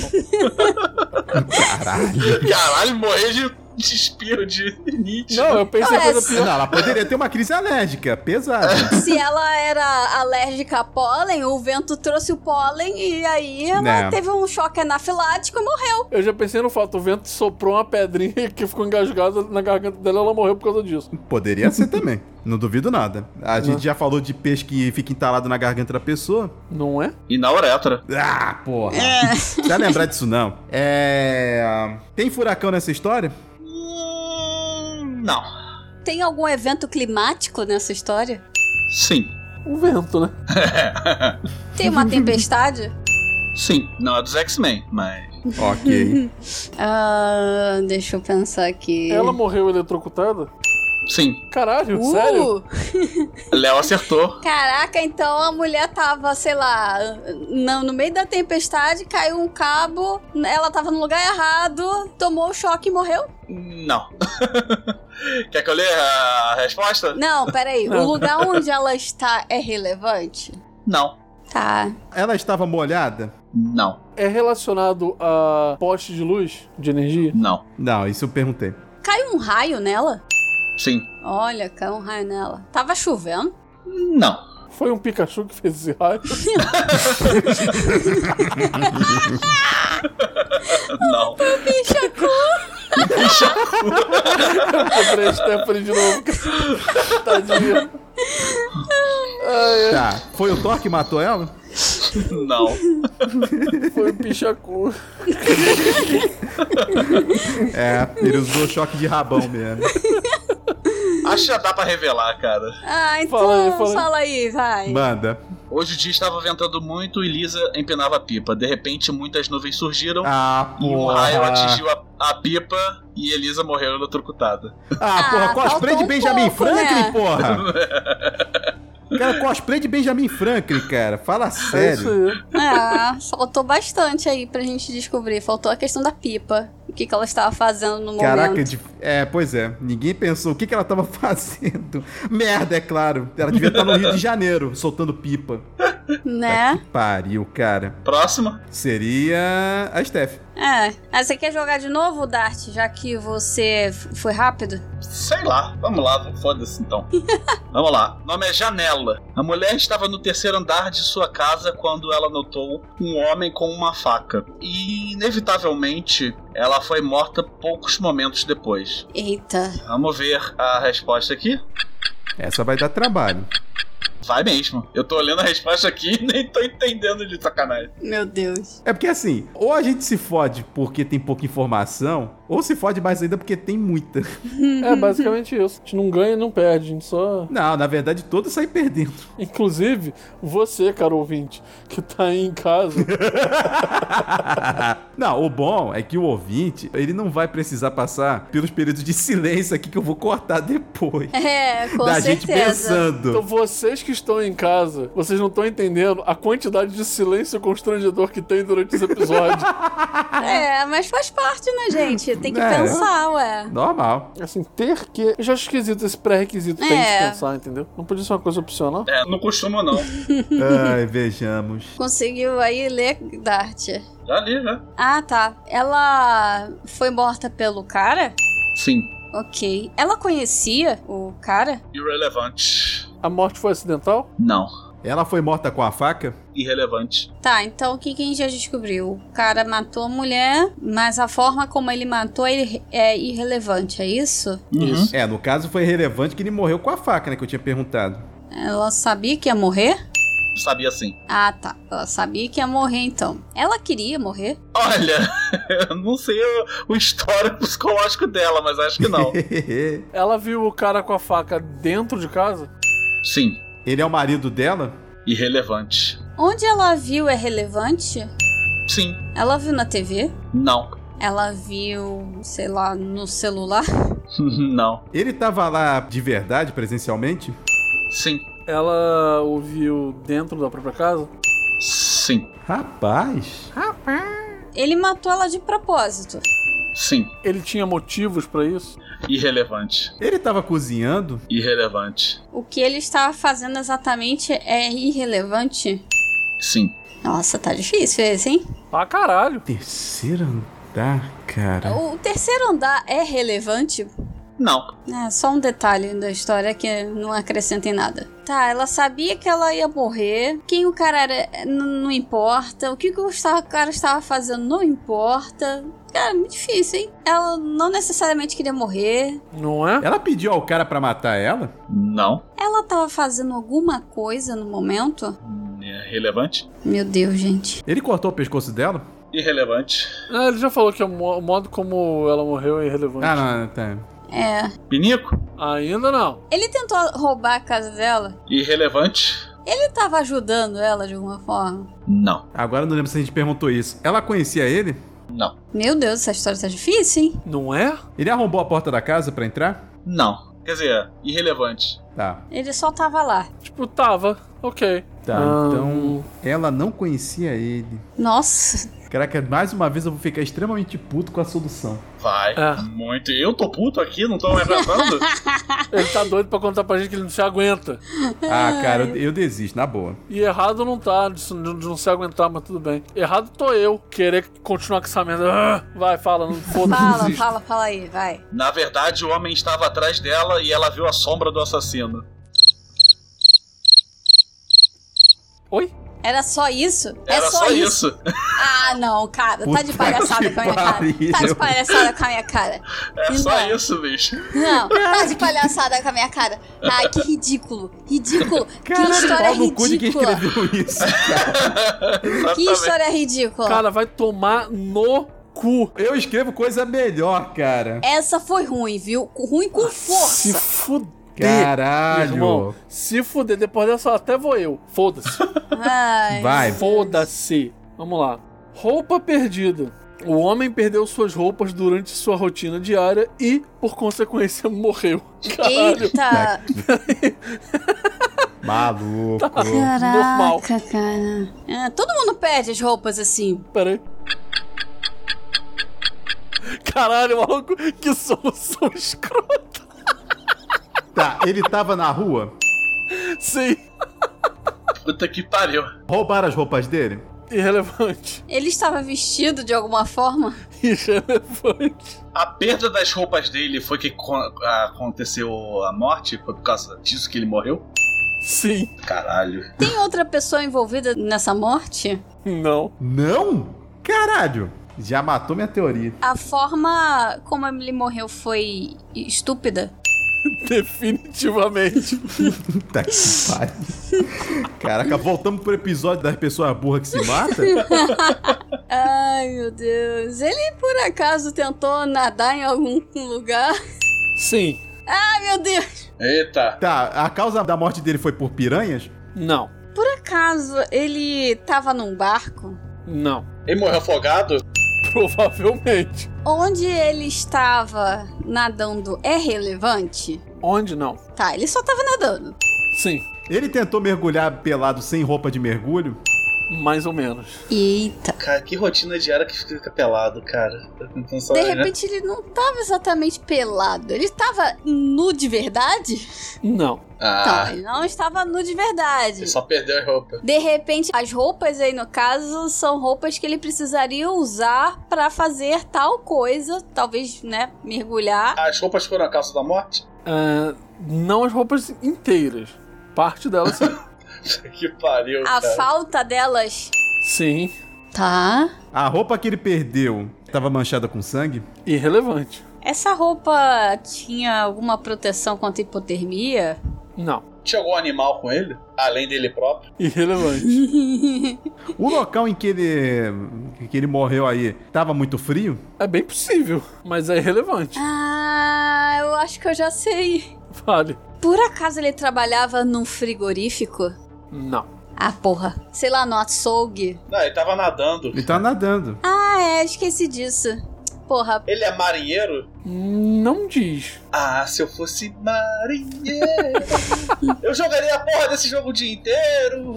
Caralho.
Caralho, morrer de despiro de Nietzsche.
Não, eu pensei em coisa
Parece.
pior.
Não, ela poderia ter uma crise alérgica, pesada.
Se ela era alérgica a pólen, o vento trouxe o pólen e aí ela
Né.
teve um choque anafilático e morreu.
Eu já pensei no fato, o vento soprou uma pedrinha que ficou engasgada na garganta dela e ela morreu por causa disso.
Poderia ser também. Não duvido nada. A gente já falou de peixe que fica entalado na garganta da pessoa.
Não é?
E na uretra.
Ah, porra. Não vai lembrar disso, não. É. Tem furacão nessa história?
Hum, não.
Tem algum evento climático nessa história?
Sim.
O vento, né?
Tem uma tempestade?
Sim. Não é dos X-Men, mas.
Ok.
Ah, deixa eu pensar aqui.
Ela morreu eletrocutada?
Sim.
Caralho,
Uh!
sério?
Léo acertou.
Caraca, então a mulher tava, sei lá, no, no meio da tempestade, caiu um cabo, ela tava no lugar errado, tomou o choque e morreu?
Não. Quer que eu leia a resposta?
Não, peraí, o
Não.
lugar onde ela está é relevante?
Não.
Tá,
Ela estava molhada?
Não.
É relacionado a poste de luz, de energia?
Não.
Não, isso eu perguntei.
Caiu um raio nela?
Sim.
Olha, caiu um raio nela. Tava chovendo?
Não.
Foi um Pikachu que fez esse raio?
Não.
Comprei Stephanie de novo. cara. Tadinha. Ai,
Tá. Foi o Thor que matou ela?
Não.
ai, foi um pichacu.
É, ele usou choque de rabão mesmo.
Acho que já dá pra revelar, cara.
Ah, então
Fala aí,
fala aí,
fala aí.
vai.
Manda.
Hoje o dia estava ventando muito e Lisa empinava a pipa. De repente, muitas nuvens surgiram.
Ah,
E um raio
porra.
atingiu a, a pipa e Elisa morreu eletrocutada.
Ah,
Ah,
porra, cosplay
faltou
de
um
Benjamin
pouco,
Franklin,
né?
porra! Cara, cosplay de Benjamin Franklin, cara. Fala
É isso
sério.
aí.
Ah, faltou bastante aí pra gente descobrir. Faltou a questão da pipa. O que, que ela estava fazendo no
Caraca,
momento.
de- é, pois é. Ninguém pensou o que, que ela tava fazendo. Merda, é claro. Ela devia estar no Rio de Janeiro, soltando pipa.
Né?
Que pariu, cara.
Próxima?
Seria a Steph.
É. Ah, você quer jogar de novo, Dart? Já que você f- foi rápido?
Sei lá. Vamos lá, foda-se então. Vamos lá. O nome é Janela. A mulher estava no terceiro andar de sua casa quando ela notou um homem com uma faca. E, inevitavelmente, ela foi morta poucos momentos depois.
Eita.
Vamos ver a resposta aqui?
Essa vai dar trabalho.
Vai mesmo. Eu tô olhando a resposta aqui e nem tô entendendo de sacanagem.
Meu Deus.
É porque assim, ou a gente se fode porque tem pouca informação, Ou se fode mais ainda porque tem muita.
É basicamente isso. A gente não ganha e não perde, a gente só.
Não, na verdade, todos saem perdendo.
Inclusive, você, cara ouvinte, que tá aí em casa,
não, o bom é que o ouvinte, ele não vai precisar passar pelos períodos de silêncio aqui que eu vou cortar depois.
É, com
da gente
certeza.
então
pensando.
vocês que estão em casa, vocês não estão entendendo a quantidade de silêncio constrangedor que tem durante esse episódio.
É, mas faz parte, né, gente? Tem que
É.
pensar, ué.
Normal.
Assim, ter que. Eu já acho esquisito esse pré-requisito tem
É.
que pensar, entendeu? Não podia ser uma coisa opcional.
É, não costumo não.
Ai, vejamos.
Conseguiu aí ler, Dart?
Já li, já.
Ah, tá. Ela foi morta pelo cara?
Sim.
Ok. Ela conhecia o cara?
Irrelevante.
A morte foi acidental?
Não.
Ela foi morta com a faca?
Irrelevante.
Tá, então o que que a gente já descobriu? O cara matou a mulher, mas a forma como ele matou ele é irrelevante, é isso?
Isso.
É, no caso foi relevante que ele morreu com a faca, né? Que eu tinha perguntado.
Ela sabia que ia morrer?
Sabia sim.
Ah, tá. Ela sabia que ia morrer, então. Ela queria morrer?
Olha, eu não sei o, o histórico psicológico dela, mas acho que não.
Ela viu o cara com a faca dentro de casa?
Sim.
ele é o marido dela?
Irrelevante.
Onde ela viu é relevante?
Sim.
Ela viu na TV?
Não.
Ela viu, sei lá, no celular?
não.
Ele tava lá de verdade, presencialmente?
Sim.
Ela ouviu dentro da própria casa?
Sim.
Rapaz.
Ele matou ela de propósito.
Sim.
Ele tinha motivos pra isso?
Irrelevante.
Ele tava cozinhando?
Irrelevante.
O que ele estava fazendo exatamente é irrelevante?
Sim.
Nossa, tá difícil esse, hein?
Ah, caralho!
Terceiro andar, cara.
O terceiro andar é relevante?
Não.
É só um detalhe da história que não acrescenta em nada. Tá, ela sabia que ela ia morrer. Quem o cara era é, n- não importa. O que, que o esta- cara estava fazendo não importa. Cara, muito difícil, hein? Ela não necessariamente queria morrer.
Não é?
Ela pediu ao cara pra matar ela?
Não.
Ela estava fazendo alguma coisa no momento?
É Irrelevante.
Meu Deus, gente.
Ele cortou o pescoço dela?
Irrelevante.
Ah, ele já falou que o mo- o modo como ela morreu é irrelevante.
Ah, não, não, tá.
É.
Pinico?
Ainda não.
Ele tentou roubar a casa dela?
Irrelevante.
Ele tava ajudando ela de alguma forma?
Não.
Agora eu não lembro se a gente perguntou isso. Ela conhecia ele?
Não.
Meu Deus, essa história tá difícil, hein?
Não é?
Ele arrombou a porta da casa pra entrar?
Não. Quer dizer, irrelevante.
Tá,
Ele só tava lá.
Tipo, tava. Ok.
tá.
Ah,
Então, ela não conhecia ele.
Nossa.
Caraca, mais uma vez eu vou ficar extremamente puto com a solução.
Vai.
Ah.
É.
Muito. Eu tô puto aqui, não tô me aguentando.
Ele tá doido pra contar pra gente que ele não se aguenta.
Ah, cara, eu, eu desisto, na boa.
E errado não tá, de, de não se aguentar, mas tudo bem. Errado tô eu, querer continuar com essa merda. Ah, Vai, fala, não foda-se.
Fala,
desisto.
fala, fala aí, vai.
Na verdade, o homem estava atrás dela e ela viu a sombra do assassino.
Oi?
Era só isso?
Era
é só, isso. Ah, não, cara.
Puta
tá de palhaçada
que
com a minha cara. Tá de
pariu.
palhaçada com a minha cara.
É só
Então.
isso, bicho.
Não, tá de palhaçada com a minha cara. Ai, que ridículo. Ridículo. que
Caralho,
história
pau no cu de quem
ridícula.
escreveu isso.
Que
Exatamente.
história ridícula.
Cara, vai tomar no cu.
Eu escrevo coisa melhor, cara.
Essa foi ruim, viu? Ruim com
Se
força. É.
fuder.
Caralho.
Irmão, se fuder, depois dessa até vou eu. Foda-se.
Ai.
Vai.
Foda-se. Vamos lá. Roupa perdida. O homem perdeu suas roupas durante sua rotina diária e, por consequência, morreu. Caralho.
Eita.
Maluco.
Tá
Normal.
Caraca, cara. É, todo mundo perde as roupas assim.
Pera aí. Caralho, maluco, que solução escrota.
Tá, ele tava na rua,
Sim,
é-
Puta que pariu.
roubaram as roupas dele?
irrelevante.
Ele estava vestido de alguma forma?
Irrelevante.
A perda das roupas dele foi que co- aconteceu a morte? Foi por causa disso que ele morreu?
Sim.
Caralho.
Tem outra pessoa envolvida nessa morte?
Não.
Não? Caralho. Já matou minha teoria.
A forma como ele morreu foi estúpida?
Definitivamente.
Puta que pariu. Caraca, voltamos pro episódio das pessoas burras que se matam?
Ai, meu Deus. Ele por acaso tentou nadar em algum lugar?
Sim.
Ai, meu Deus.
Eita.
Tá, a causa da morte dele foi por piranhas?
Não.
Por acaso ele tava num barco?
Não.
Ele morreu afogado?
Provavelmente.
Onde ele estava nadando é relevante?
Onde não?
Tá, ele só tava nadando.
Sim.
Ele tentou mergulhar pelado sem roupa de mergulho?
Mais ou menos.
Eita.
Cara, que rotina diária que fica pelado, cara. Tô tentando
De
saber, né?
repente ele não tava exatamente pelado. Ele tava nu de verdade?
Não.
Tá,
Ah,
ele não estava nu de verdade.
ele só perdeu a roupa.
De repente, as roupas aí no caso são roupas que ele precisaria usar pra fazer tal coisa, talvez, né, mergulhar.
As roupas foram a causa da morte?
Ah, não as roupas inteiras. Parte delas sim.
que pariu,
A
cara.
falta delas.
sim.
Tá.
A roupa que ele perdeu tava manchada com sangue?
Irrelevante.
Essa roupa tinha alguma proteção contra hipotermia?
Não.
Tinha algum animal com ele? Além dele próprio?
Irrelevante.
O local em que ele que ele morreu aí tava muito frio?
É bem possível, mas é irrelevante.
Ah, eu acho que eu já sei.
Vale.
Por acaso ele trabalhava num frigorífico?
Não.
Ah, porra. Sei lá, no açougue.
Não, ele tava nadando.
Ele tá nadando.
Ah, é, esqueci disso. Porra.
Ele é marinheiro?
Não diz.
Ah, se eu fosse marinheiro, eu jogaria a porra desse jogo o dia inteiro.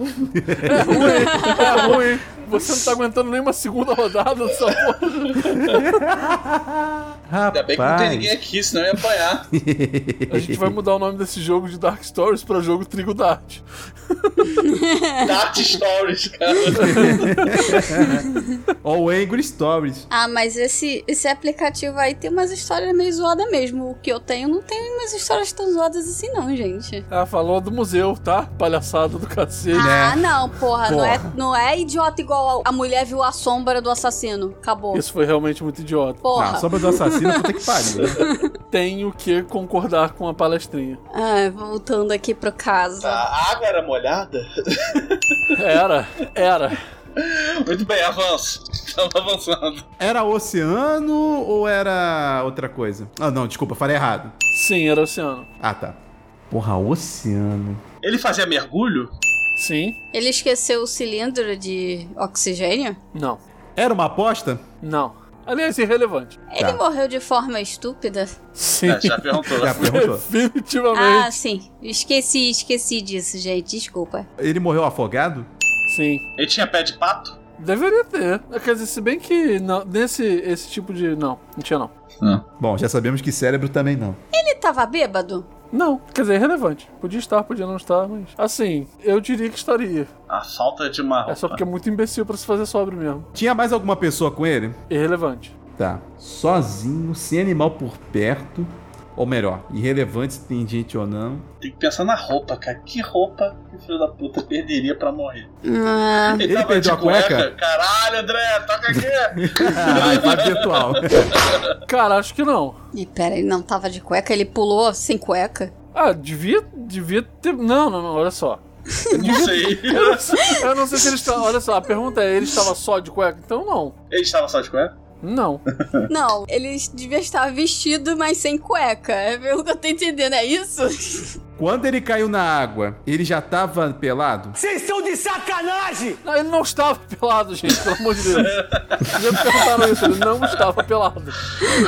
É ruim. É ruim. Você não tá aguentando nem uma segunda rodada dessa porra.
Rapaz.
Ainda bem que não tem ninguém aqui, senão eu ia apanhar.
A gente vai mudar o nome desse jogo de Dark Stories pra jogo Trigo Dart.
Dart Stories, cara.
Ou Angry Stories.
Ah, mas esse, esse aplicativo aí tem umas histórias meio zoadas mesmo. O que eu tenho não tem umas histórias tão zoadas assim, não, gente.
Ah, falou do museu, tá? Palhaçada do cacete.
Ah, não, porra. Não, é,
Porra.
não é idiota igual a, a mulher viu a sombra do assassino. Acabou.
Isso foi realmente muito idiota.
Porra.
Ah, sombra do assassino, puta que pariu.
Tenho que concordar com a palestrinha.
Ai, Ah, voltando aqui pro caso.
A água era molhada?
Era, era.
Muito bem, avanço. Estamos avançando.
Era oceano ou era outra coisa? Ah, não, desculpa, falei errado.
Sim, era oceano.
Ah, tá. Porra, oceano.
Ele fazia mergulho?
Sim?
Ele esqueceu o cilindro de oxigênio?
Não.
Era uma aposta?
Não. Aliás, irrelevante.
Ele morreu de forma estúpida?
Sim.
É, já perguntou.
Já perguntou.
Definitivamente.
Ah, sim. Esqueci, esqueci disso, gente. Desculpa.
Ele morreu afogado?
Sim.
Ele tinha pé de pato?
Deveria ter. É, Quer dizer, se bem que não, nesse esse tipo de. Não, não tinha não.
Bom, já sabemos que cérebro também não.
Ele tava bêbado?
Não, quer dizer, é irrelevante. Podia estar, podia não estar, mas. Assim, eu diria que estaria.
A falta de uma roupa.
É só porque é muito imbecil pra se fazer sobre mesmo.
Tinha mais alguma pessoa com ele?
Irrelevante.
Tá. Sozinho, sem animal por perto. Ou melhor, irrelevante se tem gente ou não.
Tem que pensar na roupa, cara. Que roupa que o filho da puta perderia pra morrer?
Ah,
Ele perdeu a cueca?
Caralho, André, toca aqui!
Ah, vai virtual.
Cara, acho que não.
e pera, ele não tava de cueca? Ele pulou sem cueca?
Ah, devia. Devia ter. Não, não, não, olha só.
não sei.
Eu não sei, eu não sei se ele está. Olha só, a pergunta é: ele estava só de cueca? Então não.
Ele estava só de cueca?
Não.
Não, ele devia estar vestido, mas sem cueca. É pelo que eu tô entendendo, é isso?
Quando ele caiu na água, ele já tava pelado?
Não, Ah, ele não estava pelado, gente, pelo amor de Deus. Já me perguntaram isso, ele não estava pelado.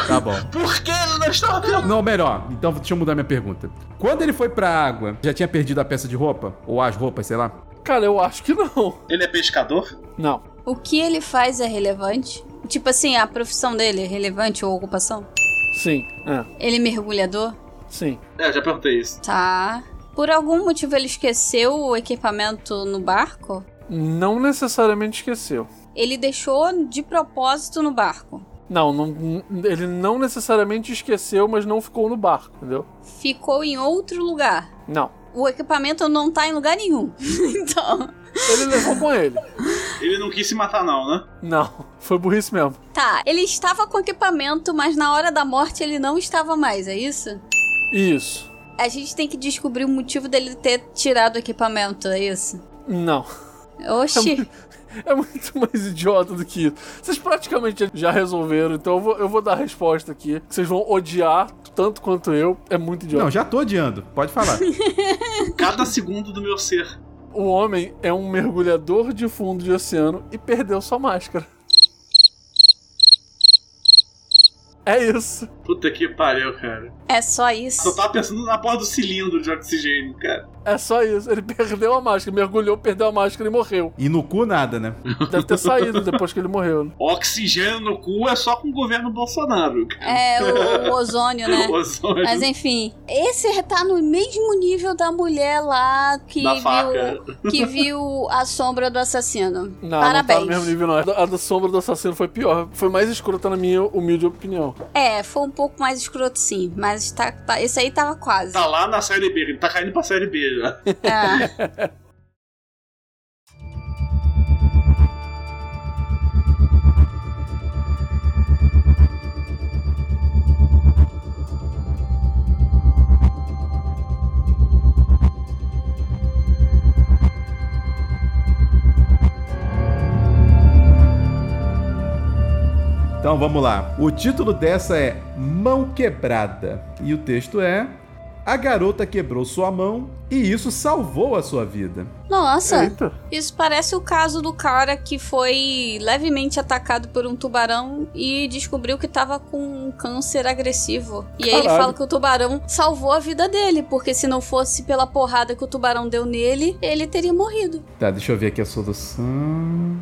Tá bom.
Por que ele não estava pelado?
Não, melhor. Então deixa eu mudar minha pergunta. Quando ele foi pra água, já tinha perdido a peça de roupa? Ou as roupas, sei lá?
Cara, eu acho que não.
Ele é pescador?
Não.
O que ele faz é relevante? Tipo assim, a profissão dele é relevante ou a ocupação?
Sim. É.
Ele é mergulhador?
Sim.
É, eu já perguntei isso.
Tá. Por algum motivo ele esqueceu o equipamento no barco?
Não necessariamente esqueceu.
Ele deixou de propósito no barco.
Não, não- n- ele não necessariamente esqueceu, mas não ficou no barco, entendeu?
Ficou em outro lugar.
Não.
O equipamento não tá em lugar nenhum. então.
Ele levou com ele.
Ele não quis se matar, não, né?
Não. Foi burrice mesmo.
Tá, ele estava com equipamento, mas na hora da morte ele não estava mais, é isso?
Isso.
A gente tem que descobrir o motivo dele ter tirado o equipamento, é isso?
Não.
Oxi,
é muito mais idiota do que isso. Vocês praticamente já resolveram, então eu vou, eu vou dar a resposta aqui. que Vocês vão odiar tanto quanto eu. É muito idiota.
Não, já tô odiando. Pode falar.
Cada segundo do meu ser.
O homem é um mergulhador de fundo de oceano e perdeu sua máscara. É isso.
Puta que pariu, cara.
É só
Só
isso.
tava pensando na porra do cilindro de oxigênio, cara.
É só isso. Ele perdeu a máscara, mergulhou, perdeu a máscara e morreu.
E no cu nada, né?
Deve ter saído depois que ele morreu. né?
Oxigênio no cu é só com o governo Bolsonaro, cara.
É o, o ozônio, né?
Ozônio.
Mas enfim, esse tá no mesmo nível da mulher lá que
Da
viu
faca.
que viu a sombra do assassino.
Não,
Parabéns.
não tá no mesmo nível, não. A da- A da sombra do assassino foi pior. Foi mais escrota, na minha humilde opinião.
É, foi um pouco mais escroto sim, mas tá, tá- esse aí tava quase.
Tá lá na série B, ele tá caindo pra série B já.
É.
Então vamos lá. O título dessa é Mão Quebrada. E o texto é: A garota quebrou sua mão e isso salvou a sua vida.
Nossa,
Eita.
isso parece o caso do cara que foi levemente atacado por um tubarão e descobriu que tava com um câncer agressivo. E aí ele
Caralho.
fala que o tubarão salvou a vida dele, porque se não fosse pela porrada que o tubarão deu nele, ele teria morrido.
Tá, deixa eu ver aqui a solução.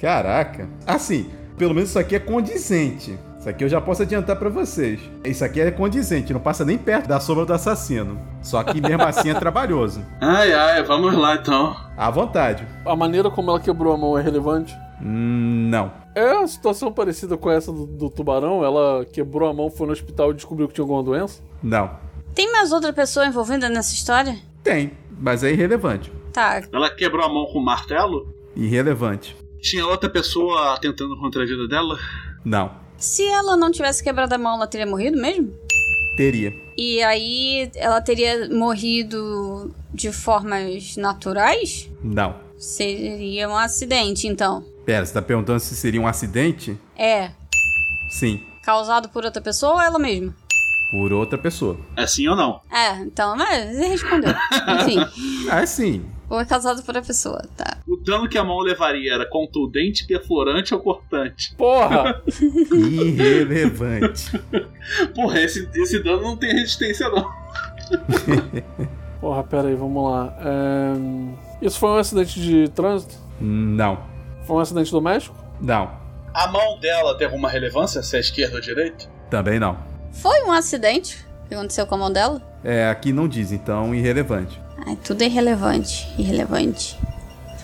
Caraca. Assim, pelo menos isso aqui é condizente. Isso aqui eu já posso adiantar pra vocês. Isso aqui é condizente, não passa nem perto da sombra do assassino. Só que mesmo assim é trabalhoso.
Ai, ai, vamos lá então.
À vontade.
A maneira como ela quebrou a mão é relevante?
Hum, Não.
É uma situação parecida com essa do, do tubarão. Ela quebrou a mão, foi no hospital e descobriu que tinha alguma doença.
Não.
Tem mais outra pessoa envolvida nessa história?
Tem, mas é irrelevante.
Tá.
Ela quebrou a mão com o martelo?
Irrelevante.
Tinha outra pessoa tentando contra a vida dela?
Não.
Se ela não tivesse quebrado a mão, ela teria morrido mesmo?
Teria.
E aí ela teria morrido de formas naturais?
Não.
Seria um acidente, então.
Pera, você tá perguntando se seria um acidente?
É.
Sim,
Causado por outra pessoa ou ela mesma?
por outra pessoa.
É sim ou não?
É, então, mas ele respondeu. Enfim,
Ah, sim.
foi causado por outra pessoa, tá.
O dano que a mão levaria era contundente, perfurante ou cortante?
Porra!
Irrelevante.
Porra, esse, esse dano não tem resistência, não.
Porra, pera aí, vamos lá. É, Isso foi um acidente de trânsito?
Não.
Foi um acidente doméstico?
Não.
A mão dela tem alguma relevância, se é esquerda ou direita?
Também não.
Foi um acidente que aconteceu com a mão dela?
É, aqui não diz, então irrelevante.
Ai, tudo é irrelevante. Irrelevante.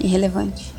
Irrelevante.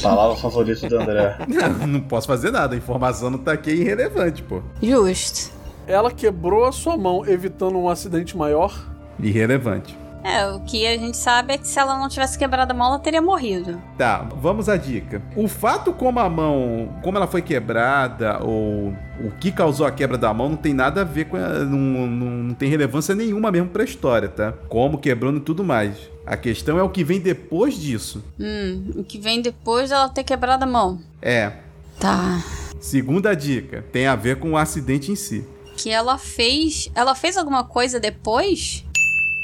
Palavra favorita do André.
Não, não posso fazer nada, a informação não tá aqui, é irrelevante, pô.
Justo.
Ela quebrou a sua mão, evitando um acidente maior?
Irrelevante.
É, o que a gente sabe é que se ela não tivesse quebrado a mão, ela teria morrido.
Tá, vamos à dica. O fato como a mão, como ela foi quebrada ou o que causou a quebra da mão não tem nada a ver com, a- não, não, não tem relevância nenhuma mesmo pra história, tá? Como quebrando e tudo mais. A questão é o que vem depois disso.
Hum, o que vem depois dela ter quebrado a mão.
É,
Tá.
segunda dica, tem a ver com o acidente em si.
Que ela fez. Ela fez alguma coisa depois?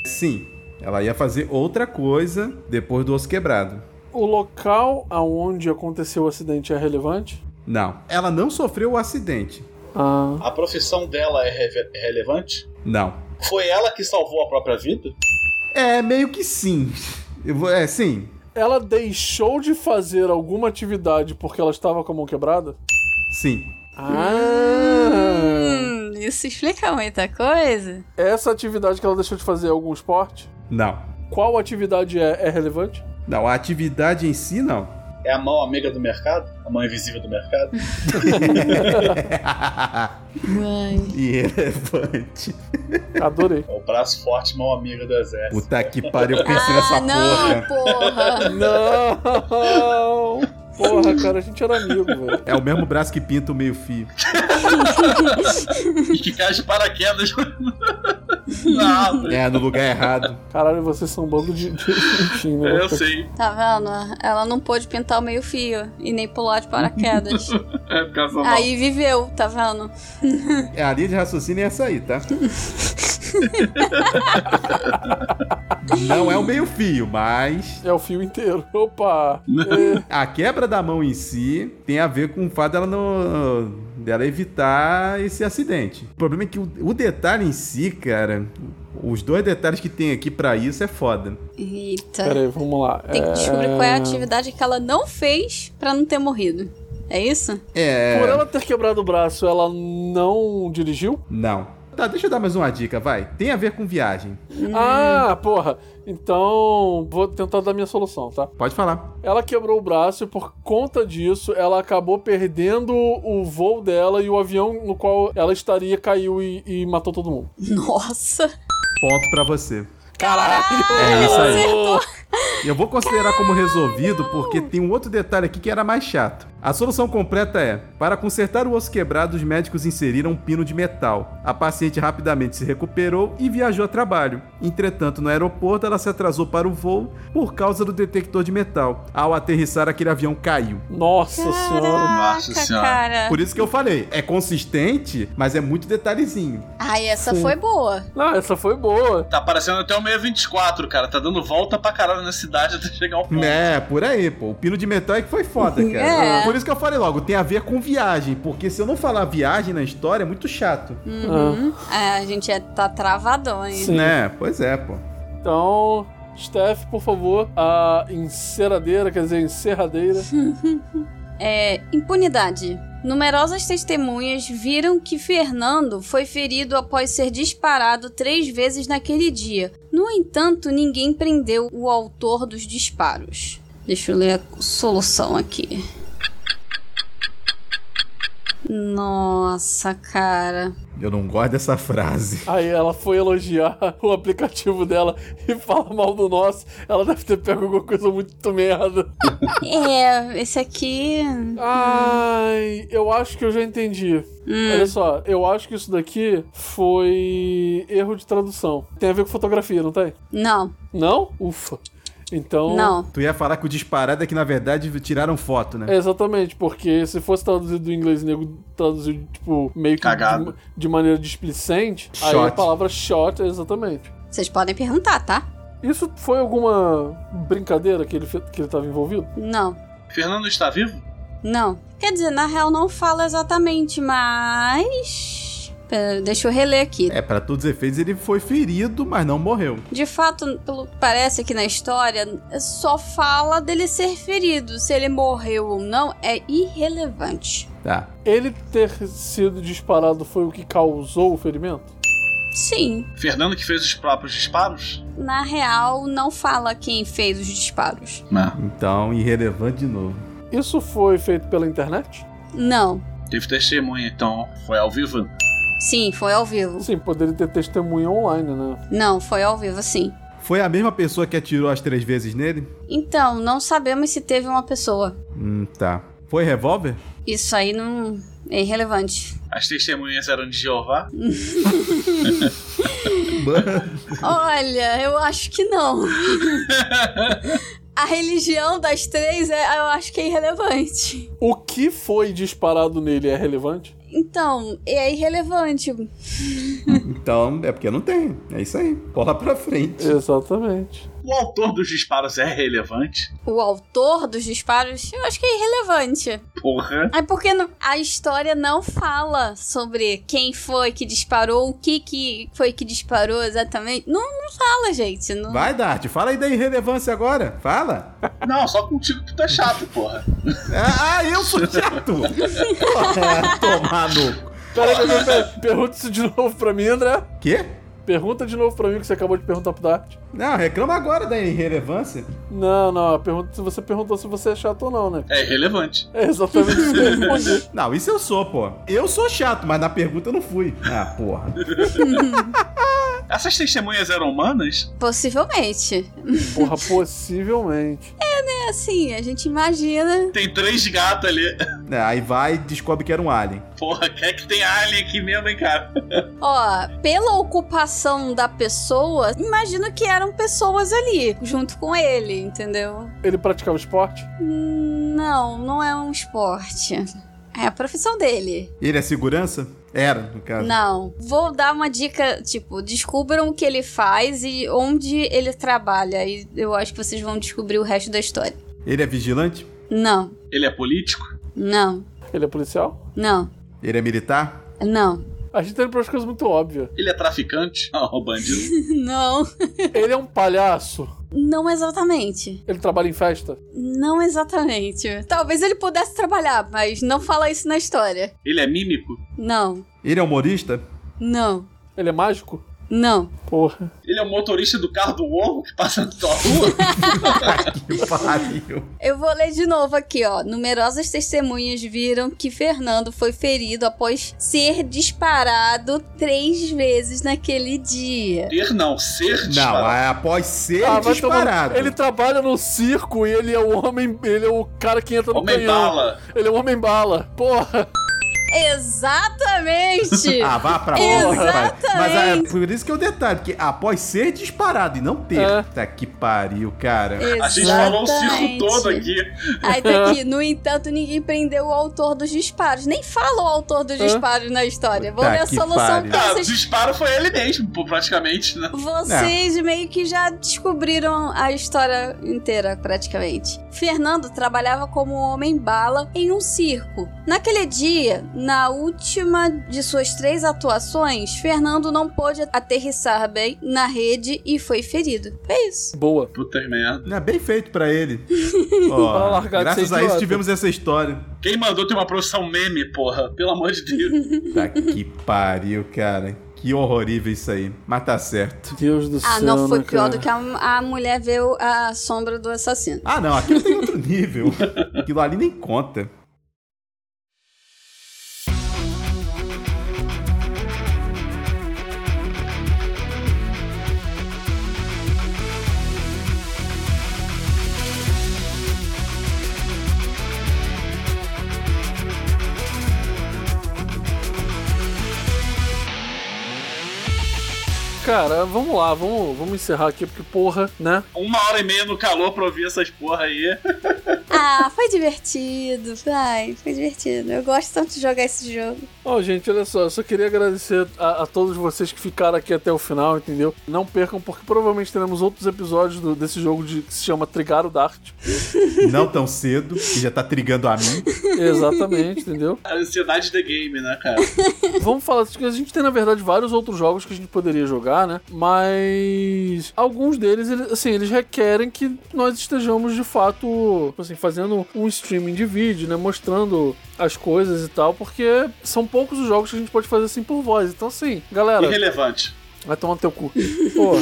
Sim, ela ia fazer outra coisa depois do osso quebrado.
O local aonde aconteceu o acidente é relevante?
Não, ela não sofreu o acidente.
Ah,
A profissão dela é reve- é relevante?
Não.
Foi ela que salvou a própria vida?
É, meio que sim. Eu vou- É, sim.
ela deixou de fazer alguma atividade porque ela estava com a mão quebrada?
Sim.
Ah!
Hum, isso explica muita coisa.
Essa atividade que ela deixou de fazer é algum esporte?
Não.
Qual atividade é, é relevante?
Não, a atividade em si não.
É a mão amiga do mercado? A mão invisível do mercado?
Irrelevante.
Adorei.
É o braço forte, mão amiga do exército.
Puta que pariu, eu pensei
Ah,
nessa
não,
porra.
porra.
Não! Porra, cara, a gente era amigo, velho.
É o mesmo braço que pinta o meio fio.
E que cai de paraquedas.
Nada.
É, no lugar errado.
Caralho, vocês são um bando de. de... Enfim, né?
Eu sei.
Tá vendo? Ela não pôde pintar o meio fio e nem pular de paraquedas.
É por causa da
Aí viveu, tá vendo?
É, a linha de raciocínio é essa aí, tá? Não é o meio fio, mas
É o fio inteiro. Opa! É,
a quebra da mão em si tem a ver com o fato dela não dela evitar esse acidente. O problema é que o, o detalhe em si, cara, os dois detalhes que tem aqui pra isso é foda.
Eita.
pera aí, vamos lá.
Tem que descobrir qual é a
É,
atividade que ela não fez pra não ter morrido. É isso?
É,
Por ela ter quebrado o braço, ela não dirigiu?
não. Tá, deixa eu dar mais uma dica, vai. Tem a ver com viagem.
Ah, porra. Então, vou tentar dar minha solução, tá?
Pode falar.
Ela quebrou o braço e por conta disso, ela acabou perdendo o voo dela e o avião no qual ela estaria caiu e, e matou todo mundo.
Nossa.
Ponto pra você.
Caralho!
É isso aí. Eu vou considerar como resolvido porque tem um outro detalhe aqui que era mais chato. A solução completa é: para consertar o osso quebrado, os médicos inseriram um pino de metal. A paciente rapidamente se recuperou e viajou a trabalho. Entretanto, no aeroporto, ela se atrasou para o voo por causa do detector de metal. Ao aterrissar, aquele avião caiu.
Nossa senhora!
Nossa
Caraca,
Senhora.
cara.
Por isso que eu falei, é consistente, mas é muito detalhezinho.
Ai, essa foi boa.
Não, essa foi boa.
Tá parecendo até o 624, cara. Tá dando volta pra caralho na cidade até chegar ao ponto.
É, por aí, pô. O pino de metal é que foi foda, cara.
É.
Por isso que eu falei logo, tem a ver com viagem, porque se eu não falar viagem na história é muito chato.
Ah.
Uhum. É, a gente é- tá travadão, hein?
Sim.
Né? Pois é, pô.
Então, Steph, por favor, a enceradeira, quer dizer, encerradeira.
É, impunidade. Numerosas testemunhas viram que Fernando foi ferido após ser disparado três vezes naquele dia. No entanto, ninguém prendeu o autor dos disparos. Deixa eu ler a solução aqui. Nossa, cara.
Eu não gosto dessa frase.
Aí ela foi elogiar o aplicativo dela e fala mal do nosso. Ela deve ter pego alguma coisa muito merda.
É, esse aqui.
Ai, eu acho que eu já entendi. Olha só, eu acho que isso daqui foi erro de tradução. Tem a ver com fotografia, não tem?
Não,
Não? Ufa. Então.
não.
Tu ia falar que o disparado é que na verdade tiraram foto, né?
É, exatamente, porque se fosse traduzido do inglês nego traduzido, tipo, meio que
Cagado.
de, de maneira displicente, aí a
Shot.
palavra shot é exatamente.
Vocês podem perguntar, tá?
Isso foi alguma brincadeira que ele, fe- que ele tava envolvido?
Não.
Fernando está vivo?
Não. Quer dizer, na real não fala exatamente, mas. Pera, deixa eu reler aqui.
É, pra todos os efeitos ele foi ferido, mas não morreu.
De fato, pelo que parece aqui na história, só fala dele ser ferido. Se ele morreu ou não é irrelevante.
Tá.
Ele ter sido disparado foi o que causou o ferimento?
Sim,
Fernando que fez os próprios disparos?
na real não fala quem fez os disparos.
Não.
Então, irrelevante de novo.
Isso foi feito pela internet?
Não.
Teve testemunha, então foi ao vivo?
Sim, foi ao vivo.
Sim, poderia ter testemunha online, né?
Não, foi ao vivo, sim.
Foi a mesma pessoa que atirou as três vezes nele?
Então, não sabemos se teve uma pessoa.
Hum, tá. Foi revólver?
Isso aí não é irrelevante.
As testemunhas eram de Jeová?
Olha, eu acho que não. A religião das três é, eu acho que é irrelevante.
O que foi disparado nele é relevante?
Então, é irrelevante.
Então, é porque não tem. É isso aí. Bola pra frente.
Exatamente.
O autor dos disparos é relevante?
O autor dos disparos, eu acho que é irrelevante.
Porra.
É porque não- a história não fala sobre quem foi que disparou, o que, que foi que disparou exatamente. Não, não fala, gente. Não...
Vai, Dart, fala aí da irrelevância agora. Fala.
Não, só contigo tu tá chato, porra.
Ah, ah, eu sou chato! Porra, tomar no.
Peraí, peraí, peraí. Pergunta isso de novo pra mim, André.
Quê?
Pergunta de novo pra mim o que você acabou de perguntar pro Dart.
Não, reclama agora da irrelevância.
Não, não. A pergunta, se você perguntou se você é chato ou não, né?
É irrelevante.
É exatamente isso que eu respondi.
Não, isso eu sou, pô. Eu sou chato, mas na pergunta eu não fui. Ah, porra.
Essas testemunhas eram humanas?
Possivelmente.
Porra, possivelmente.
É assim, a gente imagina.
Tem três gatos ali.
É, aí vai e descobre que era um alien.
Porra, quer que tem alien aqui mesmo, hein, cara?
Ó, pela ocupação da pessoa, imagino que eram pessoas ali, junto com ele, entendeu?
Ele praticava esporte?
Hum, Não, não é um esporte. É a profissão dele.
Ele é segurança? Era, no caso.
Não. Vou dar uma dica, tipo, descubram o que ele faz e onde ele trabalha. E eu acho que vocês vão descobrir o resto da história.
Ele é vigilante?
Não,
Ele é político?
não,
Ele é policial?
não,
Ele é militar?
não,
A gente tá indo pra umas coisas muito óbvias.
Ele é traficante? Não, o bandido.
não.
Ele é um palhaço.
Não exatamente.
Ele trabalha em festa.
Não exatamente. Talvez ele pudesse trabalhar, mas não fala isso na história.
Ele é mímico?
Não,
Ele é humorista?
não,
Ele é mágico?
não.
Porra.
Ele é o motorista do carro do ovo que passa na tua rua?
Que pariu.
Eu vou ler de novo aqui, ó. Numerosas testemunhas viram que Fernando foi ferido após ser disparado três vezes naquele dia.
Ter não, ser
Não,
disparado.
é após ser
Ah, vai
disparado.
tomar- Ele trabalha no circo e ele é o homem. Ele é o cara que entra no
Homem
canhão.
bala.
Ele é o homem bala. Porra.
Exatamente!
Ah, vá pra porra, rapaz. Mas é
Exatamente.
por isso que é o detalhe, porque após ser disparado e não ter.
É.
Tá que pariu, cara.
Ah, A gente falou o circo todo aqui.
Aí tá aqui, no entanto, ninguém prendeu o autor dos disparos. Nem fala o autor dos
Hã?
disparos na história. Vou
Puta
ler a
que
solução
pariu.
que
Ah, o
vocês
disparo foi ele mesmo, pô, praticamente, né?
Vocês meio que já descobriram a história inteira, praticamente. Fernando trabalhava como homem-bala em um circo. Naquele dia, na última de suas três atuações, Fernando não pôde aterrissar bem na rede e foi ferido. É isso.
Boa.
Puta merda.
É bem feito pra ele.
Vai
Ó,
largar de
graças
ser
a isso
idiota.
tivemos essa história.
Quem mandou ter uma profissão meme, porra? Pelo amor de Deus.
Tá que pariu, cara. Que horrorível isso aí. Mas tá certo.
Deus do céu.
Ah, não foi
né,
pior
cara?
do que a, a mulher ver o- a sombra do assassino.
Ah, não, aquilo tem outro nível. Aquilo ali nem conta.
Cara, vamos lá, vamos, vamos encerrar aqui, porque, porra, né?
Uma hora e meia no calor pra ouvir essas porra aí.
Ah, foi divertido, vai, foi divertido. Eu gosto tanto de jogar esse jogo.
Ó, gente, olha só, eu só queria agradecer a, a todos vocês que ficaram aqui até o final, entendeu? Não percam, porque provavelmente teremos outros episódios do- desse jogo de- que se chama Trigar o Dart.
Não tão cedo, que já tá trigando a mim.
Exatamente, entendeu?
A ansiedade de game, né, cara?
Vamos falar disso, que a gente tem, na verdade, vários outros jogos que a gente poderia jogar, né? Mas alguns deles, eles- assim, eles requerem que nós estejamos, de fato, assim, fazendo um streaming de vídeo, né? Mostrando as coisas e tal, porque são poucos os jogos que a gente pode fazer assim por voz. Então, assim, galera...
Irrelevante.
Vai tomar no teu cu. Porra.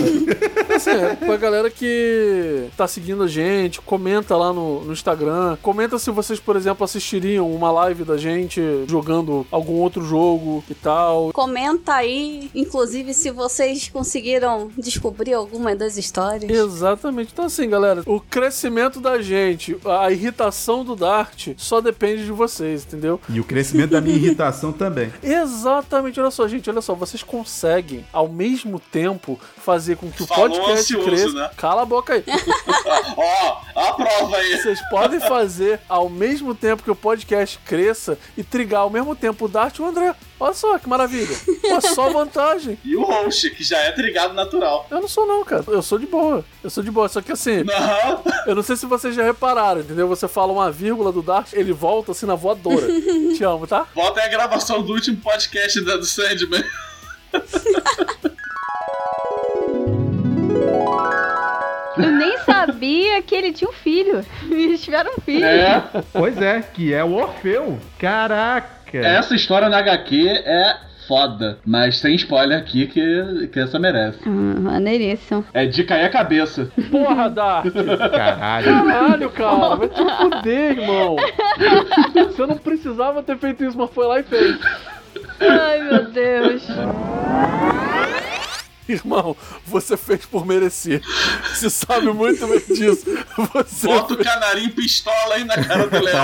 Assim, é pra galera que tá seguindo a gente, comenta lá no, no Instagram. Comenta se vocês, por exemplo, assistiriam uma live da gente jogando algum outro jogo e tal.
Comenta aí, inclusive, se vocês conseguiram descobrir alguma das histórias.
Exatamente. Então, assim, galera, o crescimento da gente, a irritação do Dart, só depende de vocês, entendeu?
E o crescimento da minha irritação também.
Exatamente. Olha só, gente, olha só. Vocês conseguem, ao mesmo tempo, fazer com que o
Falou
podcast
ansioso,
cresça.
né?
Cala a boca aí.
Ó, a prova aí.
Vocês podem fazer ao mesmo tempo que o podcast cresça e trigar ao mesmo tempo o Dart e o André. Olha só que maravilha. Pô, só vantagem.
E o host, que já é trigado natural.
Eu não sou não, cara. Eu sou de boa. Eu sou de boa. Só que assim,
Aham.
eu não sei se vocês já repararam, entendeu? Você fala uma vírgula do Dart, ele volta assim na voadora. Te amo, tá?
Volta aí a gravação do último podcast da do Sandman.
Eu nem sabia que ele tinha um filho. Eles tiveram um filho.
Pois é, que é o Orfeu. Caraca.
É.
Essa história na HQ é foda. Mas tem spoiler aqui que, que essa merece.
Ah, maneiríssimo.
É de cair a cabeça.
Porra, Dart.
Caralho.
Caralho, cara. Vai te fuder, irmão. Você não precisava ter feito isso, mas foi lá e fez.
Ai, meu Deus.
Irmão, você fez por merecer. Você sabe muito bem disso. Você,
Bota o canarinho pistola aí na cara do Léo.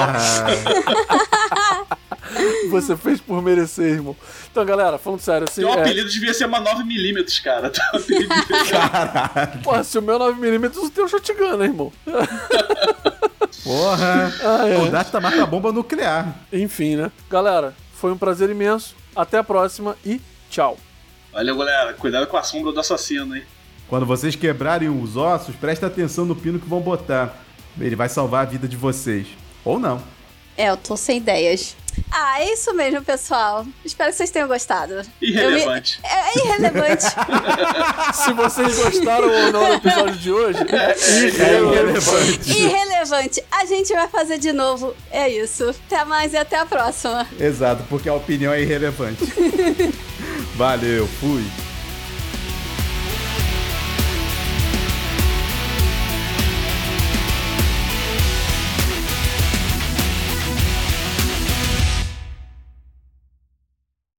você fez por merecer, irmão. Então, galera, falando sério, assim.
Seu
é-
um apelido devia ser uma 9mm, cara. Tá? Teu apelido devia ser-
Pô, se o meu 9mm, o teu shotgun, né, irmão?
Porra!
Ah, é.
O Data mata a tá bomba nuclear.
Enfim, né? Galera, foi um prazer imenso. Até a próxima e tchau.
Valeu, galera. Cuidado com a sombra do assassino, hein?
Quando vocês quebrarem os ossos, presta atenção no pino que vão botar. Ele vai salvar a vida de vocês. Ou não.
É, eu tô sem ideias. Ah, é isso mesmo, pessoal. Espero que vocês tenham gostado.
Irrelevante.
Eu me- É, é irrelevante.
Se vocês gostaram ou não do episódio de hoje,
É
irrelevante. A gente vai fazer de novo. É isso. Até mais e até a próxima.
Exato, porque a opinião é irrelevante. Valeu, fui.